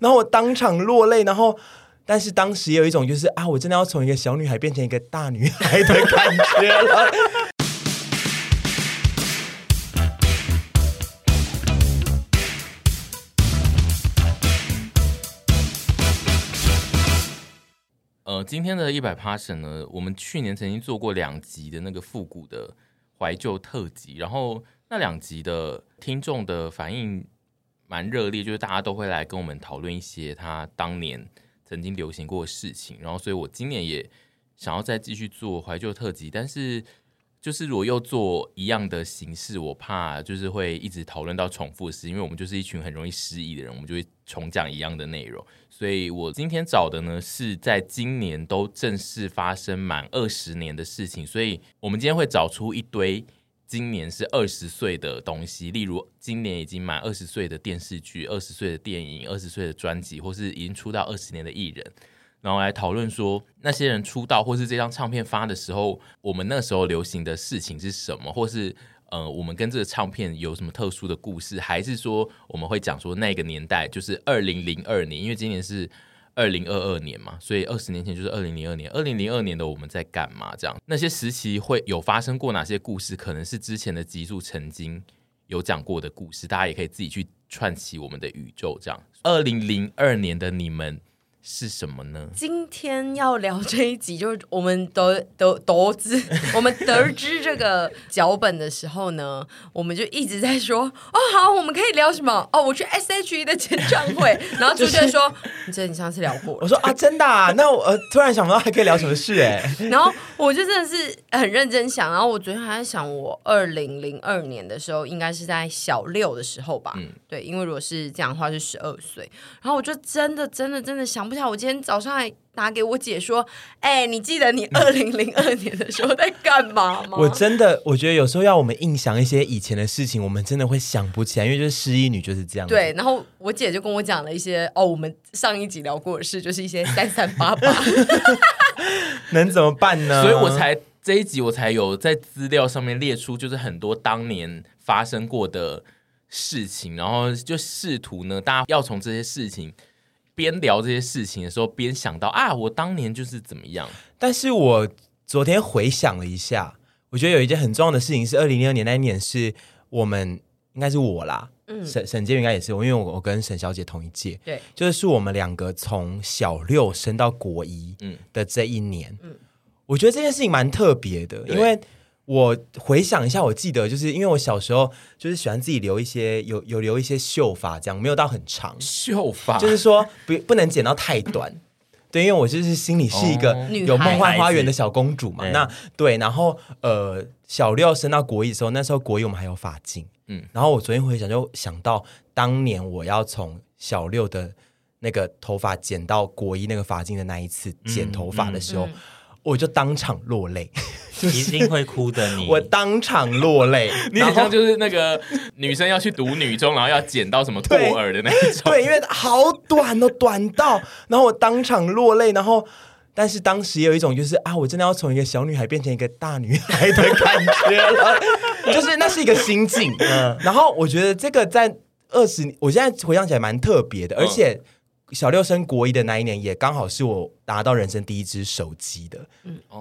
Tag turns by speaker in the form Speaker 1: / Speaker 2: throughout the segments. Speaker 1: 然后我当场落泪，然后。但是当时也有一种就是啊，我真的要从一个小女孩变成一个大女孩的感 觉了。
Speaker 2: 呃，今天的一百 passion 呢，我们去年曾经做过两集的那个复古的怀旧特辑，然后那两集的听众的反应蛮热烈，就是大家都会来跟我们讨论一些他当年曾经流行过的事情，然后所以我今年也想要再继续做怀旧特辑，但是就是如果又做一样的形式，我怕就是会一直讨论到重复的事，因为我们就是一群很容易失忆的人，我们就会重讲一样的内容。所以我今天找的呢，是在今年都正式发生满二十年的事情，所以我们今天会找出一堆今年是二十岁的东西，例如今年已经满二十岁的电视剧、二十岁的电影、二十岁的专辑，或是已经出道二十年的艺人。然后来讨论说那些人出道或是这张唱片发的时候，我们那时候流行的事情是什么，或是呃，我们跟这个唱片有什么特殊的故事，还是说我们会讲说那个年代就是二零零二年，因为今年是。二零二二年嘛，所以二十年前就是二零零二年。二零零二年的我们在干嘛？这样那些时期会有发生过哪些故事？可能是之前的集数曾经有讲过的故事，大家也可以自己去串起我们的宇宙。这样，二零零二年的你们是什么呢？
Speaker 3: 今天要聊这一集，就是我们得得得知， 我们得知这个脚本的时候呢，我们就一直在说，哦，好，我们可以聊什么？哦，我去 S H E 的签唱会，然后朱娟说，你这你上次聊过
Speaker 1: 我
Speaker 3: 了，
Speaker 1: 说啊，真的、啊？那我、呃、突然想不到还可以聊什么事哎、
Speaker 3: 然后我就真的是很认真想，然后我昨天还在想，我二零零二年的时候，应该是在小六的时候吧，
Speaker 2: 嗯
Speaker 3: 对，因为如果是这样的话是十二岁，然后我就真的真的真的想不起来，我今天早上还打给我姐说，哎、你记得你二零零二年的时候在干嘛 吗？
Speaker 1: 我真的，我觉得有时候要我们硬想一些以前的事情，我们真的会想不起来，因为就是失忆女就是这样。
Speaker 3: 对，，然后我姐就跟我讲了一些哦，我们上一集聊过的事，就是一些三三八八，
Speaker 1: 能怎么办
Speaker 4: 嗯
Speaker 1: 呢？
Speaker 2: 所以我才这一集我才有在资料上面列出，就是很多当年发生过的事情，然后就试图呢，大家要从这些事情边聊这些事情的时候，边想到啊，我当年就是怎么样，
Speaker 1: 但是我昨天回想了一下，我觉得有一件很重要的事情是，二零零二年那一年是我们应该是我啦，
Speaker 3: 嗯
Speaker 1: 沈沈杰应该也是我，因为我我跟沈小姐同一届，
Speaker 3: 对，
Speaker 1: 就是是我们两个从小六升到国一
Speaker 2: 嗯
Speaker 1: 的这一年，
Speaker 3: 嗯
Speaker 1: 我觉得这件事情蛮特别的，
Speaker 2: 对
Speaker 1: 因为。我回想一下，我记得就是因为我小时候就是喜欢自己留一些有有留一些秀发，这样没有到很长，
Speaker 2: 秀发
Speaker 1: 就是说不不能剪到太短。 对，因为我就是心里是一个
Speaker 2: 哦哎
Speaker 1: 有梦幻花园的小公主嘛。
Speaker 2: 女孩
Speaker 1: 那对，然后呃，小六升到国一的时候，那时候国一我们还有发镜，嗯
Speaker 2: 嗯，
Speaker 1: 然后我昨天回想就想到当年我要从小六的那个头发剪到国一那个发镜的那一次剪头发的时候，
Speaker 3: 嗯嗯
Speaker 1: 我就当场落泪，
Speaker 4: 一定会哭的你。
Speaker 1: 我当场落泪，
Speaker 2: 你
Speaker 1: 然
Speaker 2: 很
Speaker 1: 后
Speaker 2: 像就是那个女生要去读女中，然后要剪到什 么过耳的那一种。
Speaker 1: 对，因为好短哦，短到，然后我当场落泪，然后。但是当时也有一种就是啊，我真的要从一个小女孩变成一个大女孩的感觉了，就是那是一个心境。嗯，然后我觉得这个在二十，我现在回想起来蛮特别的，而且小六升国一的那一年，也刚好是我拿到人生第一只手机的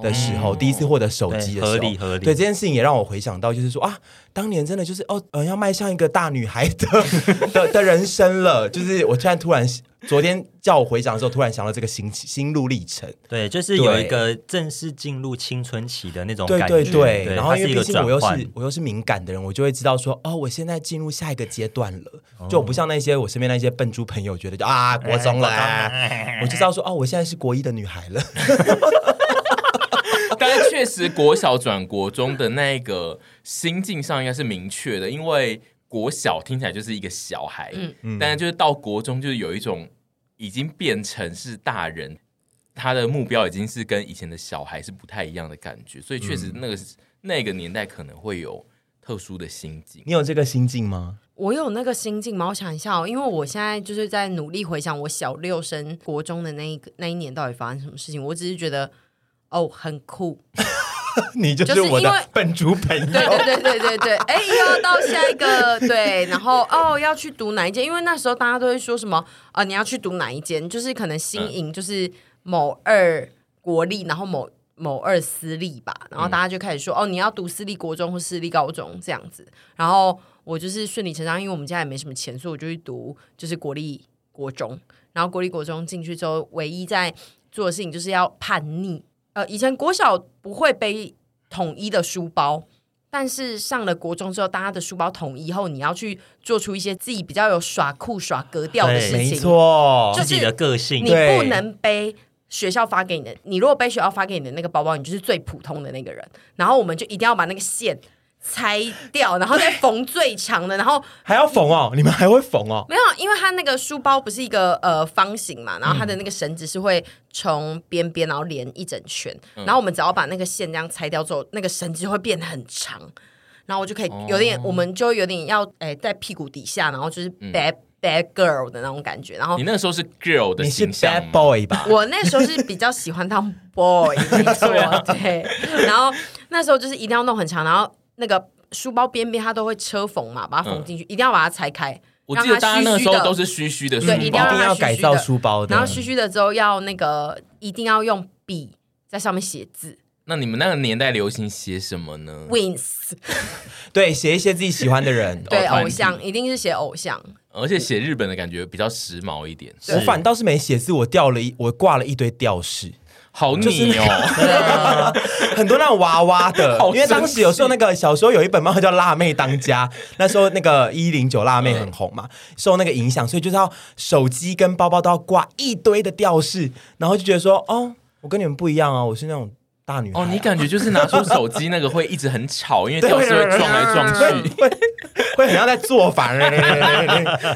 Speaker 1: 的时候，
Speaker 2: 哦
Speaker 1: 第一次获得手机的时候，
Speaker 4: 嗯对合理合理
Speaker 1: 对这件事情也让我回想到，就是说啊，当年真的就是哦，呃，要迈向一个大女孩的 的的人生了。就是我现在突然昨天叫我回想的时候，突然想到这个心心路历程。
Speaker 4: 对，就是有一个正式进入青春期的那种
Speaker 1: 对
Speaker 4: 感
Speaker 1: 对
Speaker 4: 觉，
Speaker 1: 对，然后
Speaker 4: 它
Speaker 1: 因
Speaker 4: 是
Speaker 1: 为
Speaker 4: 一
Speaker 1: 毕
Speaker 4: 个
Speaker 1: 竟我又
Speaker 4: 转
Speaker 1: 是
Speaker 4: 换，
Speaker 1: 我又是敏感的人，我就会知道说，哦，我现在进入下一个阶段了，
Speaker 4: 哦
Speaker 1: 就我不像那些我身边那些笨猪朋友，觉得就啊国 中了
Speaker 4: 哎
Speaker 1: 啊，我就知道说，哦，我现在是国一的女孩了，
Speaker 2: 但是确实国小转国中的那个心境上应该是明确的，因为国小听起来就是一个小孩，
Speaker 3: 嗯
Speaker 2: 但是就是到国中就是有一种已经变成是大人，他的目标已经是跟以前的小孩是不太一样的感觉，所以确实那个、那个年代可能会有特殊的心境。
Speaker 1: 你有这个心境吗？
Speaker 3: 我有那个心境吗？我想一下哦，因为我现在就是在努力回想我小六升国中的那一个那一年到底发生什么事情。我只是觉得哦，很酷，
Speaker 1: 你就是
Speaker 3: 就是因为
Speaker 1: 我的笨猪朋友。
Speaker 3: 对对对对对对，哎，又要到下一个对，然后哦要去读哪一间？因为那时候大家都会说什么啊、你要去读哪一间？就是可能新营就是某二国立，然后某某二私立吧，然后大家就开始说、哦你要读私立国中或私立高中这样子。然后我就是顺理成章，因为我们家也没什么钱，所以我就去读就是国立国中。然后国立国中进去之后，唯一在做的事情就是要叛逆。呃，以前国小不会背统一的书包，但是上了国中之后，大家的书包统一后，你要去做出一些自己比较有耍酷、耍格调的
Speaker 4: 对
Speaker 3: 事情。
Speaker 1: 没错
Speaker 3: 就，
Speaker 4: 自己的个性
Speaker 3: 你
Speaker 1: 对
Speaker 3: 不能背学校发给你的，你如果背学校发给你的那个包包，你就是最普通的那个人。然后我们就一定要把那个线拆掉，然后再缝最长的，然后
Speaker 1: 还要缝哦，你们还会缝哦。
Speaker 3: 没有，因为它那个书包不是一个呃方形嘛，然后它的那个绳子是会从边边然后连一整圈，
Speaker 2: 嗯
Speaker 3: 然后我们只要把那个线这样拆掉之后，那个绳子就会变得很长，然后我就可以有点，我们就有点要诶、在屁股底下，然后就是 bad、bad girl 的那种感觉，然后
Speaker 2: 嗯你。那时候是 girl 的
Speaker 1: 你是
Speaker 2: 形象
Speaker 1: bad
Speaker 2: 吗
Speaker 1: boy 吧？
Speaker 3: 我那时候是比较喜欢当 boy，没错，对。然后那时候就是一定要弄很长，然后那个书包边边它都会车缝嘛，把它缝进去，一定要把它拆开。
Speaker 2: 嗯我
Speaker 3: 让
Speaker 2: 记得
Speaker 3: 它
Speaker 2: 大家那个时
Speaker 3: 虚虚
Speaker 2: 候
Speaker 3: 的
Speaker 2: 都是虚虚的书
Speaker 3: 对一定要
Speaker 2: 包
Speaker 3: 让它
Speaker 1: 要
Speaker 3: 虚虚
Speaker 1: 改造
Speaker 3: 的
Speaker 1: 书包的，
Speaker 3: 然后虚虚的之后要那个一定要用笔在上面写字
Speaker 2: 那你们那个年代流行写什么呢？
Speaker 3: ，wins
Speaker 1: 对，写一些自己喜欢的 人。
Speaker 3: 对
Speaker 2: 团
Speaker 3: 偶
Speaker 2: 体
Speaker 3: 像一定是写偶像，
Speaker 2: 而且写日本的感觉比较时髦一点，
Speaker 1: 我反倒是没写字，我掉了一，我挂了一堆吊饰，
Speaker 2: 好你哦，
Speaker 3: 对，
Speaker 1: 很多那种娃娃的
Speaker 2: 好生，气
Speaker 1: 因为当时有时候那个小时候有一本漫画叫《辣妹当家》，那时候那个一零九辣妹很红嘛，受那个影响，所以就是要手机跟包包都要挂一堆的吊饰，然后就觉得说，哦，我跟你们不一样啊，我是那种大女孩、啊
Speaker 2: 哦，你感觉就是拿出手机那个会一直很吵，因为
Speaker 1: 对
Speaker 2: 吊饰会撞来撞
Speaker 3: 对
Speaker 2: 去。
Speaker 1: 会会很像在做法，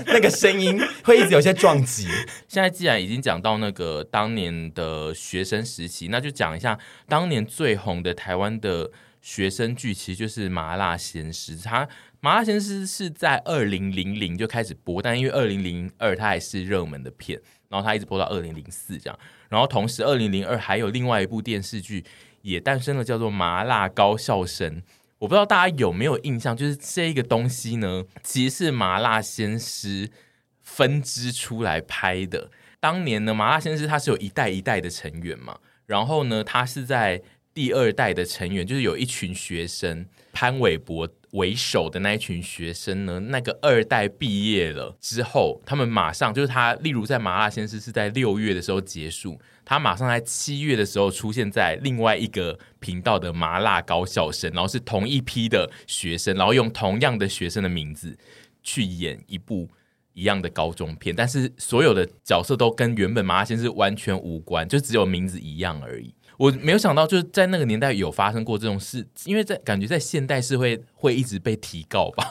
Speaker 1: 那个声音会一直有些撞击。
Speaker 2: 现在既然已经讲到那个当年的学生时期，那就讲一下当年最红的台湾的学生剧，其实就是《麻辣鲜师》。它《麻辣鲜师》是在二零零零就开始播，但因为二零零二它还是热门的片，然后它一直播到二零零四这样。然后同时二零零二还有另外一部电视剧也诞生了，叫做《麻辣高校生》。我不知道大家有没有印象，就是这一个东西呢，其实是麻辣鲜师分支出来拍的。当年呢，麻辣鲜师它是有一代一代的成员嘛，然后呢，它是在第二代的成员，就是有一群学生，潘玮柏为首的那一群学生呢，那个二代毕业了之后，他们马上就是他，例如在麻辣鲜师是在六月的时候结束，他马上在七月的时候出现在另外一个频道的麻辣高校生，然后是同一批的学生，然后用同样的学生的名字去演一部一样的高中片，但是所有的角色都跟原本麻辣鲜是完全无关，就只有名字一样而已。我没有想到，就是在那个年代有发生过这种事，因为在感觉在现代社会会一直被提告吧，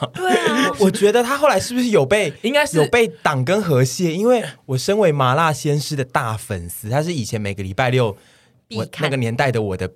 Speaker 1: 我觉得他后来是不是有被
Speaker 2: 应该是
Speaker 1: 有被党跟和谐？因为我身为麻辣鲜师的大粉丝，他是以前每个礼拜六
Speaker 3: 必
Speaker 1: 我
Speaker 3: 看
Speaker 1: 那个年代的我的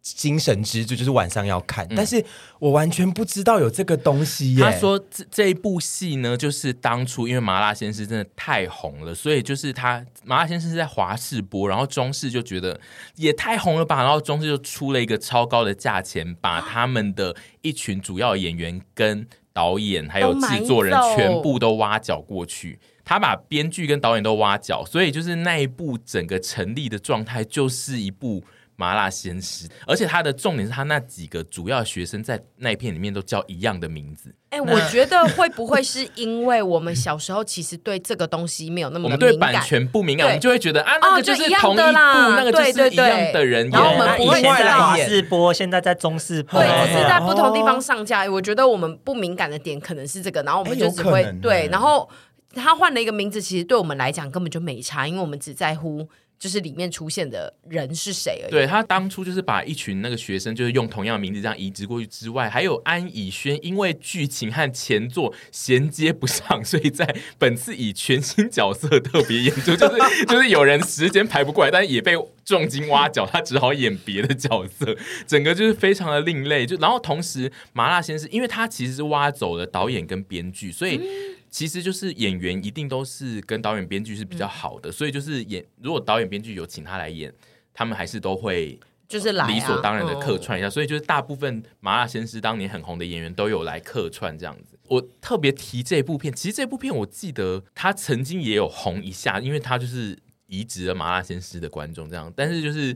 Speaker 1: 精神支柱，就是晚上要看，但是我完全不知道有这个东西耶。
Speaker 2: 嗯他说这这一部戏呢，就是当初因为《麻辣鲜师》真的太红了，所以就是他《麻辣鲜师》在华视播，然后中视就觉得也太红了吧，然后中视就出了一个超高的价钱，把他们的一群主要演员跟导演还有制作人
Speaker 3: 都买走
Speaker 2: 全部都挖角过去。他把编剧跟导演都挖角，所以就是那一部整个成立的状态就是一部麻辣鲜师，而且他的重点是他那几个主要学生在那一片里面都叫一样的名字，
Speaker 3: 哎，我觉得会不会是因为我们小时候其实对这个东西没有那
Speaker 2: 我
Speaker 3: 么
Speaker 2: 们
Speaker 3: 的
Speaker 2: 对
Speaker 3: 敏
Speaker 2: 版
Speaker 3: 感？
Speaker 2: 权不敏感，我们就会觉得啊，那
Speaker 3: 哦，
Speaker 2: 个就是
Speaker 3: 一样
Speaker 2: 同一部，
Speaker 3: 的啦，
Speaker 2: 那个
Speaker 3: 对
Speaker 2: 就是
Speaker 3: 对
Speaker 2: 一
Speaker 3: 对，
Speaker 2: 样的人演，
Speaker 3: 然后我们不会
Speaker 4: 以前
Speaker 3: 知
Speaker 4: 在
Speaker 3: 道
Speaker 4: 华视播，现在在中视播，
Speaker 3: 对，只是在
Speaker 1: 哦
Speaker 3: 不同地方上架。我觉得我们不敏感的点可能是这个，然后我们
Speaker 1: 哎
Speaker 3: 就
Speaker 1: 有
Speaker 3: 只
Speaker 1: 可
Speaker 3: 会
Speaker 1: 能
Speaker 3: 对
Speaker 1: 呢，
Speaker 3: 然后他换了一个名字，其实对我们来讲根本就没差，因为我们只在乎就是里面出现的人是谁而已。
Speaker 2: 对他当初就是把一群那个学生，就是用同样的名字这样移植过去之外，还有安以轩，因为剧情和前作衔接不上，所以在本次以全新角色特别演出，就是就是有人时间排不过来，但也被重金挖角，他只好演别的角色，整个就是非常的另类。就然后同时，麻辣先生，因为他其实是挖走了导演跟编剧，所以。
Speaker 3: 嗯
Speaker 2: 其实就是演员一定都是跟导演、编剧是比较好的，所以就是演如果导演、编剧有请他来演，他们还是都会
Speaker 3: 就是来、啊、
Speaker 2: 理所当然的客
Speaker 3: 嗯
Speaker 2: 串一下，所以就是大部分麻辣鲜师当年很红的演员都有来客串这样子。我特别提这部片，其实这部片我记得他曾经也有红一下，因为他就是移植了麻辣鲜师的观众这样，但是就是。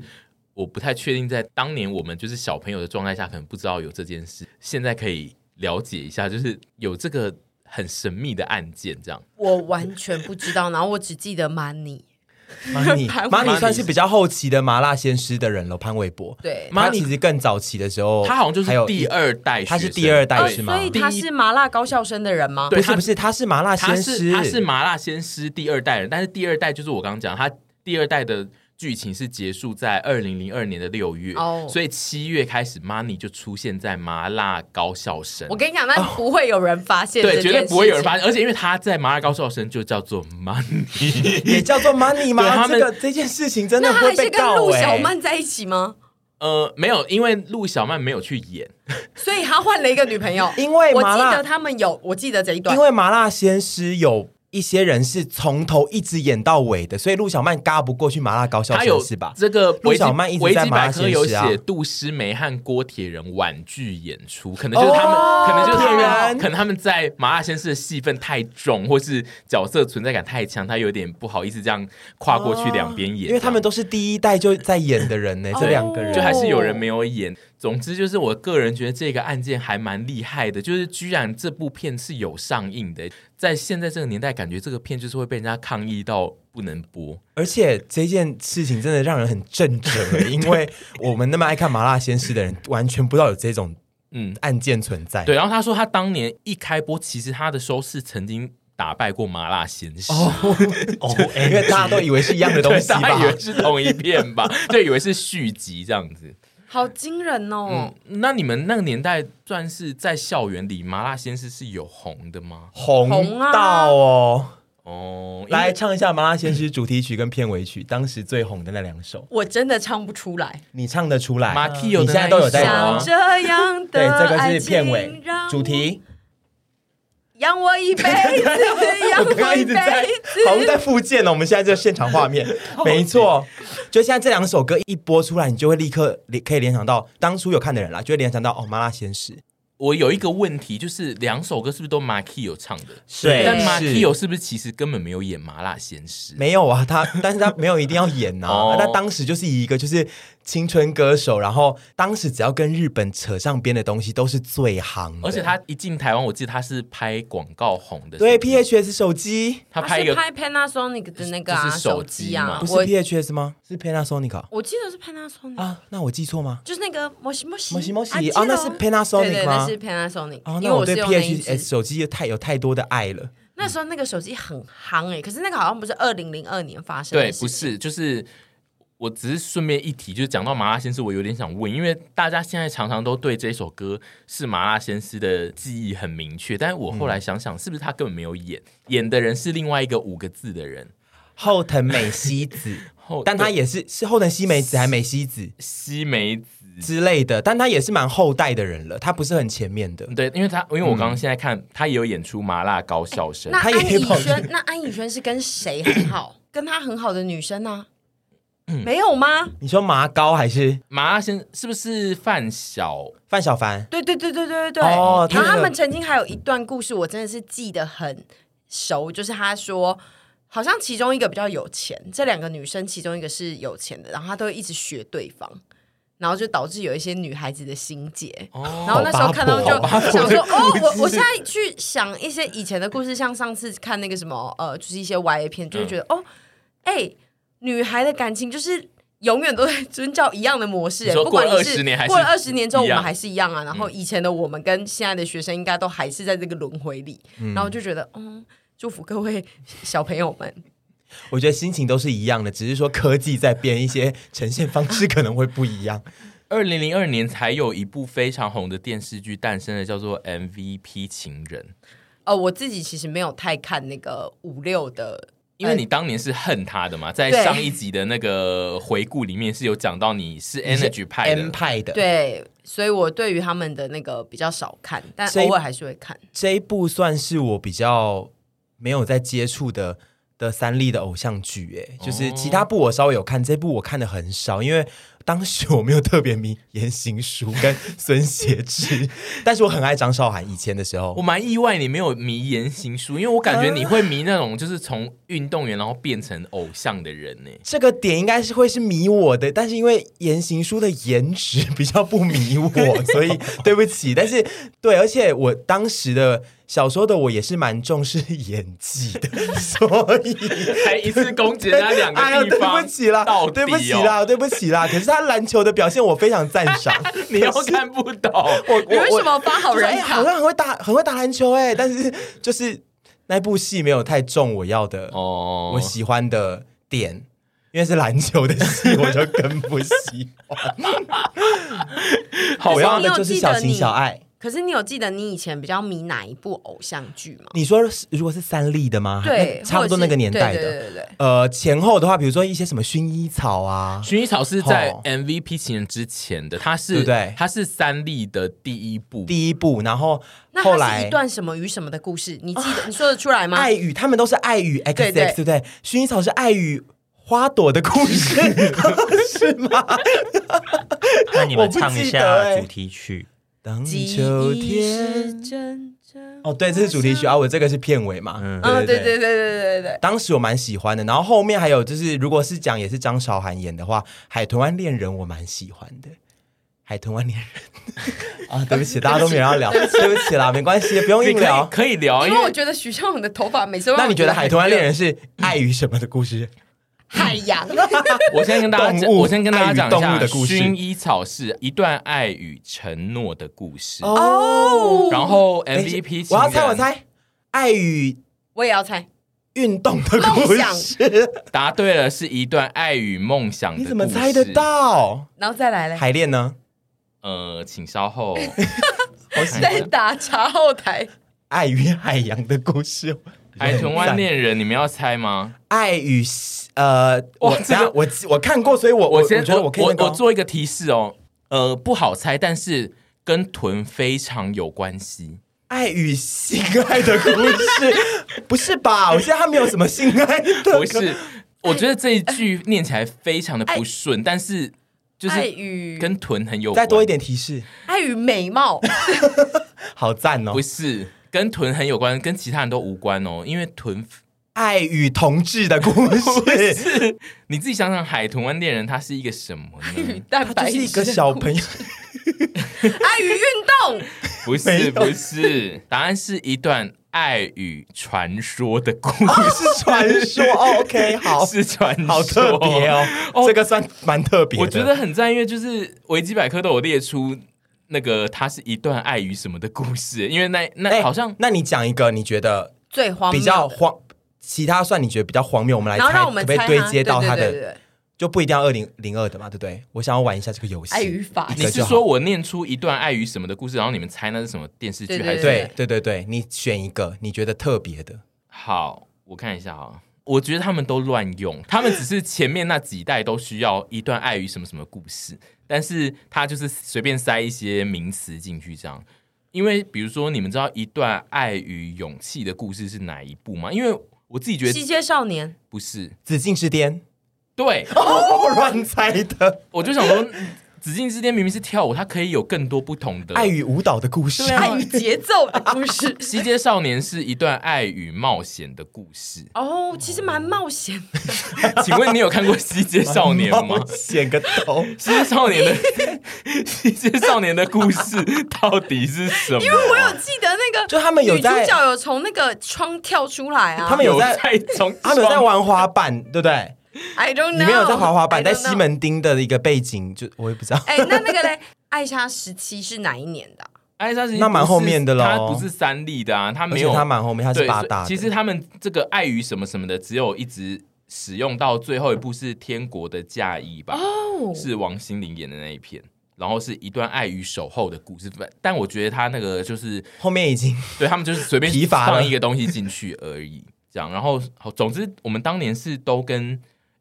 Speaker 2: 我不太确定，在当年我们就是小朋友的状态下，可能不知道有这件事。现在可以了解一下，就是有这个很神秘的案件，这样。
Speaker 3: 我完全不知道，然后我只记得 money。
Speaker 1: 马 尼
Speaker 3: 潘玮，柏
Speaker 1: 马尼算是比较后期的麻辣鲜师的人了，潘玮柏。
Speaker 3: 对
Speaker 1: 马尼其实更早期的时候，
Speaker 2: 他好像就
Speaker 1: 还
Speaker 2: 是
Speaker 1: 有
Speaker 2: 第，二代学
Speaker 1: 他
Speaker 2: 生，
Speaker 1: 是第二代
Speaker 3: 哦，
Speaker 1: 是吗
Speaker 3: 所以？他是麻辣高校生的人吗？
Speaker 2: 对
Speaker 1: 不是
Speaker 2: 他
Speaker 1: 不是，他是麻辣
Speaker 2: 他
Speaker 1: 鲜
Speaker 2: 是
Speaker 1: 师，
Speaker 2: 他是麻辣鲜师第二代人，但是第二代就是我刚刚讲，他第二代的剧情是结束在二零零二年的六月，
Speaker 3: 哦
Speaker 2: 所以七月开始，Money 就出现在麻辣高校生
Speaker 3: 我。跟你讲，那
Speaker 1: 哦
Speaker 3: 不会有人发现、
Speaker 2: 对，绝对不会有人发
Speaker 3: 现。
Speaker 2: 现，而且因为他在麻辣高校生就叫做 Money，
Speaker 1: 也 叫做 money
Speaker 2: 对
Speaker 1: 吗？
Speaker 2: 他
Speaker 1: 这
Speaker 2: 们
Speaker 1: 个这件事情真
Speaker 3: 那
Speaker 1: 的
Speaker 3: 他
Speaker 1: 会
Speaker 3: 还是
Speaker 1: 被
Speaker 3: 跟
Speaker 1: 告
Speaker 3: 陆小
Speaker 1: 哎。。
Speaker 3: 曼在一起吗？
Speaker 2: 呃，没有，因为陆小曼没有去演，
Speaker 3: 所以他换了一个女朋友
Speaker 1: 因为
Speaker 3: 我
Speaker 1: 麻
Speaker 3: 记
Speaker 1: 辣
Speaker 3: 得他们有，我记得这一段
Speaker 1: 因。为麻辣鲜师有一些人是从头一直演到尾的，所以陆小曼嘎不过去麻辣高校
Speaker 2: 他有
Speaker 1: 生是吧？
Speaker 2: 这个
Speaker 1: 陆
Speaker 2: 维基
Speaker 1: 小曼一直
Speaker 2: 维
Speaker 1: 在
Speaker 2: 基
Speaker 1: 麻
Speaker 2: 百
Speaker 1: 辣
Speaker 2: 科
Speaker 1: 鲜
Speaker 2: 有
Speaker 1: 师啊
Speaker 2: 写杜诗梅和郭铁人婉拒演出，可能就是他们，可能就是他
Speaker 1: 哦铁人
Speaker 2: 们，可能他们在麻辣鲜师的戏份太重，或是角色存在感太强，他有点不好意思这样跨过去两边
Speaker 1: 哦
Speaker 2: 演，
Speaker 1: 因为他们都是第一代就在演的人呢、
Speaker 3: 哦
Speaker 1: 这两个人
Speaker 2: 就还是有
Speaker 1: 哦
Speaker 2: 人没有演。总之就是，我个人觉得这个案件还蛮厉害的，就是居然这部片是有上映的，在现在这个年代，感觉这个片就是会被人家抗议到不能播。
Speaker 1: 而且这件事情真的让人很震惊，因为我们那么爱看麻辣鲜师的人，完全不知道有这种
Speaker 2: 嗯，
Speaker 1: 案件存在。
Speaker 2: 对，然后他说他当年一开播，其实他的收视曾经打败过麻辣鲜师。
Speaker 4: 哦，
Speaker 1: 因为大家都以为是一样的东
Speaker 2: 对，
Speaker 1: 西
Speaker 2: 大家以
Speaker 1: 吧
Speaker 2: 为？是同一 片吧，就以为是续集这样子。
Speaker 3: 好惊人哦
Speaker 2: 嗯！，那你们那个年代算是在校园里麻辣鲜师是有红的吗？
Speaker 1: 红
Speaker 3: 红啊
Speaker 1: 到哦！
Speaker 2: 哦，因为
Speaker 1: 来唱一下麻辣鲜师主题曲跟片尾曲，当时最红的那两首，
Speaker 3: 我真的唱不出来。
Speaker 1: 你唱得出来？
Speaker 2: 马蒂有的
Speaker 1: 你现在
Speaker 2: 那一
Speaker 1: 都有在
Speaker 2: 首
Speaker 1: 唱
Speaker 2: 啊
Speaker 1: 吗
Speaker 3: 像这样
Speaker 1: 对，
Speaker 3: 的
Speaker 1: 这个
Speaker 3: 爱
Speaker 1: 是
Speaker 3: 情
Speaker 1: 片尾
Speaker 3: 让
Speaker 1: 主题。
Speaker 3: 我，养我一辈子，养
Speaker 1: 我刚
Speaker 3: 我
Speaker 1: 刚一
Speaker 3: 一
Speaker 1: 直在
Speaker 3: 辈子。，
Speaker 1: 好像在复健呢。哦我们现在这现场画 面，没错，就现在这两首歌一播出来，你就会立刻联可以联想到当初有看的人啦，就会联想到哦，麻辣鲜师
Speaker 2: 我有一个问题，就是两首歌是不是都马蒂有唱的？
Speaker 1: 对
Speaker 2: 但马
Speaker 1: 是
Speaker 2: 蒂有是不是其实根本没有演麻辣鲜师？
Speaker 1: 没有啊，他但是他没有一定要演 呐、
Speaker 2: 哦
Speaker 1: 他当时就是以一个就是青春歌手，然后当时只要跟日本扯上边的东西都是最行的，
Speaker 2: 而且他一进台湾，我记得他是拍广告红的。
Speaker 1: 对
Speaker 2: 是不是
Speaker 1: PHS 手机
Speaker 2: 他
Speaker 3: 他
Speaker 2: 拍一
Speaker 3: 是
Speaker 2: 个
Speaker 3: 拍 Panasonic 的那个啊
Speaker 2: 就是
Speaker 3: 手
Speaker 2: 手
Speaker 3: 机
Speaker 2: 机
Speaker 3: 啊
Speaker 2: 嘛，
Speaker 1: 不是
Speaker 3: 我
Speaker 1: PHS 吗？是 Panasonic 啊
Speaker 3: 我记得是 Panasonic，、
Speaker 1: 啊？那我记错吗？
Speaker 3: 就是那个摩西摩西
Speaker 1: 摩西摩西
Speaker 3: 记得哦
Speaker 1: 啊，那是
Speaker 3: 对
Speaker 1: Panasonic
Speaker 3: 对，那
Speaker 1: 吗？
Speaker 3: 是 Panasonic，、
Speaker 1: 哦，
Speaker 3: 因为
Speaker 1: 那我
Speaker 3: 我是
Speaker 1: 对
Speaker 3: 用那一只
Speaker 1: PHS 手机有太有太多的爱了。
Speaker 3: 那时候那个手机很夯哎、可是那个好像不是二零零二年发生的
Speaker 2: 对，
Speaker 3: 事情
Speaker 2: 不是，就是我只是顺便一提，就是讲到麻辣鲜师，我有点想问，因为大家现在常常都对这首歌是麻辣鲜师的记忆很明确，但是我后来想想，是不是他根本没有演，演的人是另外一个五个字的人，
Speaker 1: 后藤美希 子，
Speaker 2: 后
Speaker 1: 但她
Speaker 2: 对
Speaker 1: 也是是后藤希美子还美希子
Speaker 2: 西梅子。
Speaker 1: 之类的，但她也是蛮后代的人了，她不是很前面的。
Speaker 2: 对，因为他，因为我刚刚现在看，他也有演出《麻辣高校生
Speaker 3: 那》
Speaker 1: 他
Speaker 3: 安
Speaker 1: 也可以
Speaker 3: 以
Speaker 1: 跑去
Speaker 3: 轩，那安以轩是跟谁很好？跟他很好的女生啊？没有吗？
Speaker 1: 你说麻高还是
Speaker 2: 麻辣鲜是不是范晓？
Speaker 1: 范小凡？
Speaker 3: 对对对对对对对。
Speaker 1: 哦
Speaker 3: 然
Speaker 1: 那
Speaker 3: 后他
Speaker 1: 个
Speaker 3: 们曾经还有一段故事，我真的是记得很熟，就是他说。好像其中一个比较有钱，这两个女生其中一个是有钱的，然后她都会一直学对方，然后就导致有一些女孩子的心结。
Speaker 2: 哦
Speaker 3: 然后那时候看到就
Speaker 1: 好八
Speaker 3: 想说，哦，我我
Speaker 1: 是
Speaker 3: 现在去想一些以前的故事，像上次看那个什么，呃，就是一些 Y A 片，就会觉得，哦，哎、女孩的感情就是永远都在遵照一样的模式、
Speaker 2: 你
Speaker 3: 哎
Speaker 2: 说
Speaker 3: 不管
Speaker 2: 过了
Speaker 3: 你是
Speaker 2: 20年还是
Speaker 3: 过了二十年之后，我
Speaker 2: 一样
Speaker 3: 们还是一样啊。然后以前的我们跟现在的学生，应该都还是在这个轮回里。然后就觉得，嗯，祝福各位小朋友们，
Speaker 1: 我觉得心情都是一样的，只是说科技在变，一些呈现方式可能会不一样。
Speaker 2: 二零零二年才有一部非常红的电视剧诞生了，叫做《MVP 情人》。
Speaker 3: 呃，我自己其实没有太看那个五六的。
Speaker 2: 因
Speaker 1: 呃
Speaker 2: 为你当年是恨他的嘛，在
Speaker 3: 对
Speaker 2: 上一集的那个回顾里面是有讲到你是 Energy 派
Speaker 1: M
Speaker 2: 的，
Speaker 1: 派的，，
Speaker 3: 对，所以我对于他们的那个比较少看，但
Speaker 1: 所以
Speaker 3: 偶尔还是会看。
Speaker 1: 这一部算是我比较没有在接触的的三立的偶像剧，哎，就是其他部我稍微有看，这部我看的很少，因为当时我没有特别迷言行书跟孙协志， 但是我很爱张韶涵。以前的时候
Speaker 2: 我，蛮意外你没有迷言行书，因为我感觉你
Speaker 1: 啊
Speaker 2: 会迷那种就是从运动员然后变成偶像的人呢、
Speaker 1: 这个点应该是会是迷我的，但是因为言行书的颜值比较不迷我，所以对不起。但是对，而且我当时的小时候的我也是蛮重视演技的，所以。
Speaker 2: 还一次攻击人家 两
Speaker 1: 哎呀，
Speaker 2: 个地
Speaker 1: 对
Speaker 2: 方，
Speaker 1: 不起啦，
Speaker 2: 到底、哦、
Speaker 1: 对不起，啦，对不起啦。可是他篮球的表现我非常赞赏，
Speaker 2: 你又看不懂，我
Speaker 3: 你为什么发好
Speaker 1: 就是哎
Speaker 3: 人
Speaker 1: 好
Speaker 3: 卡？
Speaker 1: 像很会打，很会打篮球哎、但是就是那部戏没有太中我要的，
Speaker 2: 哦
Speaker 1: 我喜欢的点，因为是篮球的戏，我就更不喜 欢。
Speaker 2: 好
Speaker 1: 我
Speaker 2: 吧
Speaker 1: 要的就是小情小爱。
Speaker 3: 可是你有记得你以前比较迷哪一部偶像剧吗？
Speaker 1: 你说是如果是三立的吗？
Speaker 3: 对，
Speaker 1: 那差不多那个年代
Speaker 3: 或者是
Speaker 1: 的。
Speaker 3: 对对对对
Speaker 1: 呃，前后的话，比如说一些什么薰衣草啊，
Speaker 2: 薰衣草是在
Speaker 1: 哦
Speaker 2: MVP 情人之前的，它是
Speaker 1: 对不对
Speaker 2: 它是三立的第一部，
Speaker 1: 第一部，然后
Speaker 3: 那
Speaker 1: 后
Speaker 3: 它是
Speaker 1: 来啊
Speaker 3: 一段什么与什么的故事？你记得你说得出来吗？
Speaker 1: 爱与他们都是爱与 X
Speaker 3: 对
Speaker 1: X，对不对？薰衣草是爱与花朵的故 事，是吗？
Speaker 4: 那你
Speaker 1: 我
Speaker 4: 们
Speaker 1: 不
Speaker 4: 唱一
Speaker 1: 记得
Speaker 4: 下
Speaker 1: 欸
Speaker 4: 主题曲，
Speaker 1: 当
Speaker 3: 记
Speaker 1: 嗯秋
Speaker 3: 忆是
Speaker 1: 天。
Speaker 3: 真正
Speaker 1: 哦，对，这是主题曲啊，我这个是片尾嘛。嗯，
Speaker 3: 嗯，对对对对对对，
Speaker 1: 当时我蛮喜欢的，然后后面还有就是，如果是讲也是张韶涵演的话，《海豚湾恋人》我蛮喜欢的，《海豚湾恋 人》啊，对不起，大家都没有要聊，对不起啦，没关系，不用
Speaker 2: 你
Speaker 1: 硬
Speaker 2: 可以
Speaker 1: 聊。
Speaker 2: 可以聊，
Speaker 3: 对
Speaker 2: 因
Speaker 3: 因为我
Speaker 2: 为
Speaker 3: 觉得许绍勇的头发每次都让
Speaker 1: 哦那你觉得《
Speaker 3: 我
Speaker 1: 海豚湾恋人》是爱与什么的故事？
Speaker 3: 海洋？
Speaker 2: 我先跟大家讲，
Speaker 1: 动物
Speaker 2: 我先跟大家讲一
Speaker 1: 爱与动
Speaker 2: 下，
Speaker 1: 物的故事
Speaker 2: 薰衣草是一段爱与承诺的故事。
Speaker 1: 哦
Speaker 2: 然后
Speaker 1: 等一下
Speaker 2: MVP
Speaker 1: 我要
Speaker 2: 哎情
Speaker 1: 猜，
Speaker 2: 人
Speaker 1: 我，猜，爱与
Speaker 3: 我也要猜，
Speaker 1: 运动的故
Speaker 3: 梦想
Speaker 1: 事，
Speaker 2: 答对了，是一段爱与梦想的
Speaker 1: 你怎么
Speaker 2: 故事
Speaker 1: 猜得？到？
Speaker 3: 然后再来嘞，
Speaker 1: 海恋呢？
Speaker 2: 呃，请 稍后。
Speaker 1: 好喜
Speaker 3: 再
Speaker 1: 欢
Speaker 3: 打茶后台，
Speaker 1: 爱与海洋的故事，
Speaker 2: 海豚湾恋人，你们要猜吗？
Speaker 1: 爱与呃，我等
Speaker 2: 这
Speaker 1: 下
Speaker 2: 个
Speaker 1: 我我看过，所 以我
Speaker 2: 我
Speaker 1: 觉
Speaker 2: 先
Speaker 1: 得我可以
Speaker 2: 我
Speaker 1: 那个啊
Speaker 2: 我做一个提示哦，呃，不好猜，但是跟豚非常有关系。
Speaker 1: 爱与性爱的故 事，不是吧？我现在他没有什么性爱的，
Speaker 2: 不是，我觉得这一句念起来非常的不顺，但是就
Speaker 3: 爱
Speaker 2: 是
Speaker 3: 与
Speaker 2: 跟豚很有关
Speaker 1: 再多一，点提示，
Speaker 3: 爱与 美貌，
Speaker 1: 好赞哦
Speaker 2: 不！是跟豚很有关，跟其他人都无关哦，因为 豚。
Speaker 1: 爱与同志的故事，
Speaker 2: 是你自己想想，《海豚湾恋人》它是一个什么
Speaker 3: 爱 与
Speaker 2: 呢？
Speaker 3: 蛋
Speaker 1: 他
Speaker 3: 白
Speaker 1: 就
Speaker 3: 质，
Speaker 1: 是一个小朋友，
Speaker 3: 爱与运动，
Speaker 2: 不
Speaker 1: 没
Speaker 2: 是，
Speaker 1: 有
Speaker 2: 不是，答案是一段爱与传说的故 事，
Speaker 1: 哦是传说。哦 OK，好，
Speaker 2: 是传说，
Speaker 1: 好特别哦，这个算蛮特别的。
Speaker 2: 我觉得很赞，因为就是维基百科都有列出那个它是一段爱与什么的故事，因为那那
Speaker 1: 哎
Speaker 2: 好像、
Speaker 1: 那你讲一个你觉得
Speaker 3: 最荒谬
Speaker 1: 比
Speaker 3: 的
Speaker 1: 较荒，其他算你觉得比较荒谬，我们来
Speaker 3: 然后
Speaker 1: 猜，
Speaker 3: 让我
Speaker 1: 可
Speaker 3: 们
Speaker 1: 不可以
Speaker 3: 猜
Speaker 1: 对
Speaker 3: 它
Speaker 1: 接到
Speaker 3: 对
Speaker 1: 他
Speaker 3: 对
Speaker 1: 的？
Speaker 3: 对对对
Speaker 1: 就不一定要二零零二的嘛，对不对？我想要玩一下这个游戏。
Speaker 3: 爱与法
Speaker 1: 一
Speaker 2: 你
Speaker 1: 个
Speaker 2: 是
Speaker 1: 就好
Speaker 2: 说我念出一段爱与什么的故事，然后你们猜那是什么电视剧
Speaker 3: 对对
Speaker 2: 还是
Speaker 1: 对对对对，你选一个你觉得特别的。
Speaker 2: 好，我看一下啊。我觉得他们都乱用，他们只是前面那几代都需要一段爱与什么什么故事，但是他就是随便塞一些名词进去这样。因为比如说，你们知道一段爱与勇气的故事是哪一部吗？因为我自己觉
Speaker 3: 西
Speaker 2: 得
Speaker 3: 街少年，
Speaker 2: 不是，
Speaker 1: 紫禁之巅，
Speaker 2: 对，
Speaker 1: 我乱猜的。
Speaker 2: 我就想说，紫禁之巅明明是跳舞，它可以有更多不同的
Speaker 1: 爱。与舞蹈的故事，
Speaker 2: 对啊。
Speaker 3: 爱与节奏的故事。
Speaker 2: 西街少年是一段爱与冒险的故事
Speaker 3: 哦，其实蛮冒险的，
Speaker 2: 请问你有看过《西街少年》 吗？
Speaker 1: 显个头。
Speaker 2: 《西街少年》的《西街少年》的故事到底是什么？因为
Speaker 3: 我有 记得那个，
Speaker 1: 就他们有
Speaker 3: 女主
Speaker 1: 在
Speaker 3: 角有从那个窗跳出来啊。
Speaker 1: 他们有
Speaker 2: 有
Speaker 1: 在
Speaker 2: 在从
Speaker 1: 他们有在玩滑板，对不对？
Speaker 3: I don't know，
Speaker 1: 你们有在滑滑板，
Speaker 3: I don't
Speaker 1: 在
Speaker 3: know
Speaker 1: 西。门町的一个背景，就我也不知道。
Speaker 3: 哎，那那个嘞，艾莎时期是哪一年的啊？
Speaker 2: 艾莎其实
Speaker 1: 那蛮后面的咯
Speaker 2: 他不是三立的啊，他
Speaker 1: 而
Speaker 2: 没
Speaker 1: 且
Speaker 2: 有
Speaker 1: 他蛮后面，他是
Speaker 2: 对
Speaker 1: 八
Speaker 2: 所以
Speaker 1: 大的。
Speaker 2: 其实他们这个爱与什么什么的，只有一直使用到最后一部是《天国的嫁衣》吧。
Speaker 3: 哦
Speaker 2: 是王心凌演的那一片，然后是一段爱与守候的故事。但但我觉得他那个就是
Speaker 1: 后面已经
Speaker 2: 对他们就是随便
Speaker 1: 疲乏了
Speaker 2: 放一个东西进去而已，这样。然后好总之我们当年是都跟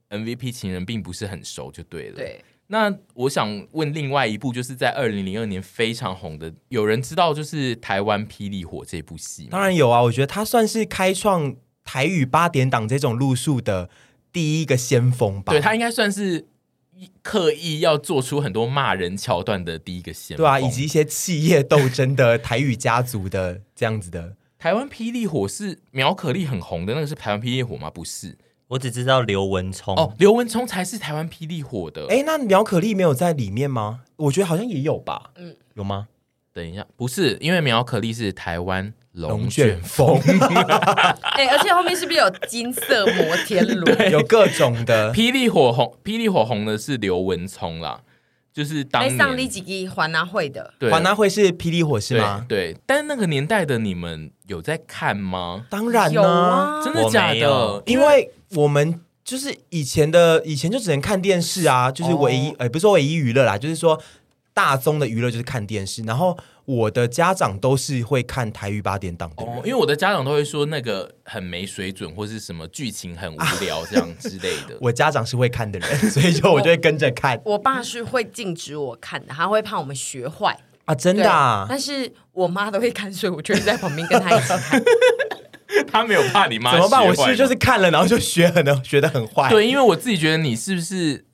Speaker 2: MVP 情人并不是很熟，就对了。。
Speaker 3: 对，
Speaker 2: 那我想问另外一部，就是在二零零二年非常红的，有人知道就是台湾《霹雳火》这部戏
Speaker 1: 当
Speaker 2: 吗？
Speaker 1: 然有啊，我觉得他算是开创台语八点档这种路数的第一个先锋吧。
Speaker 2: 对，它应该算是刻意要做出很多骂人桥段的第一个先锋，
Speaker 1: 对啊，以及一些企业斗争的台语家族的这样子的，
Speaker 2: 台湾霹雳火是苗可丽很红的，那个是台湾霹雳火吗？不是
Speaker 4: 我只知道刘文聪
Speaker 2: 哦，刘文聪才是台湾霹雳火的。
Speaker 1: 哎、那苗可丽没有在里面吗？我觉得好像也有吧，
Speaker 3: 嗯
Speaker 1: 嗯，有吗？
Speaker 2: 等一下，不是，因为苗可丽是台湾龙卷
Speaker 1: 卷风
Speaker 3: 哎、而且后面是不是有金色摩天 轮？
Speaker 1: 有各种的，
Speaker 2: 霹雳火红，霹雳火红的是刘文聪啦，就是当
Speaker 3: 来哎上你
Speaker 2: 年
Speaker 3: 几个环拿会的，
Speaker 2: 对
Speaker 1: 华纳会是霹雳火是吗？
Speaker 2: 对，对但那个年代的你们有在看吗？
Speaker 1: 当然
Speaker 3: 有
Speaker 1: 啦、
Speaker 3: 啊，
Speaker 2: 真的假
Speaker 4: 我没有
Speaker 2: 的？
Speaker 1: 因为我们就是以前的，以前就只能看电视啊，就是唯一，呃，不是说唯一娱乐啦，就是说大宗的娱乐就是看电视。然后我的家长都是会看台语八点档的人，
Speaker 2: 哦，因为我的家长都会说那个很没水准，或是什么剧情很无聊这样之类的。
Speaker 1: 我家长是会看的人， 所以就我就会跟着看
Speaker 3: 我爸是会禁止我看的，他会怕我们学坏。
Speaker 1: 啊，真
Speaker 3: 对
Speaker 1: 的、啊。
Speaker 3: 但是我妈都会看，所以我就会在旁边跟她 一起看。
Speaker 2: 他没有怕你妈
Speaker 1: 怎么办？
Speaker 2: 学
Speaker 1: 我是不
Speaker 2: 坏
Speaker 1: 是就
Speaker 2: 吗
Speaker 1: 是看了，然后就学很学的很坏？
Speaker 2: 对，因为我自己觉得你是不是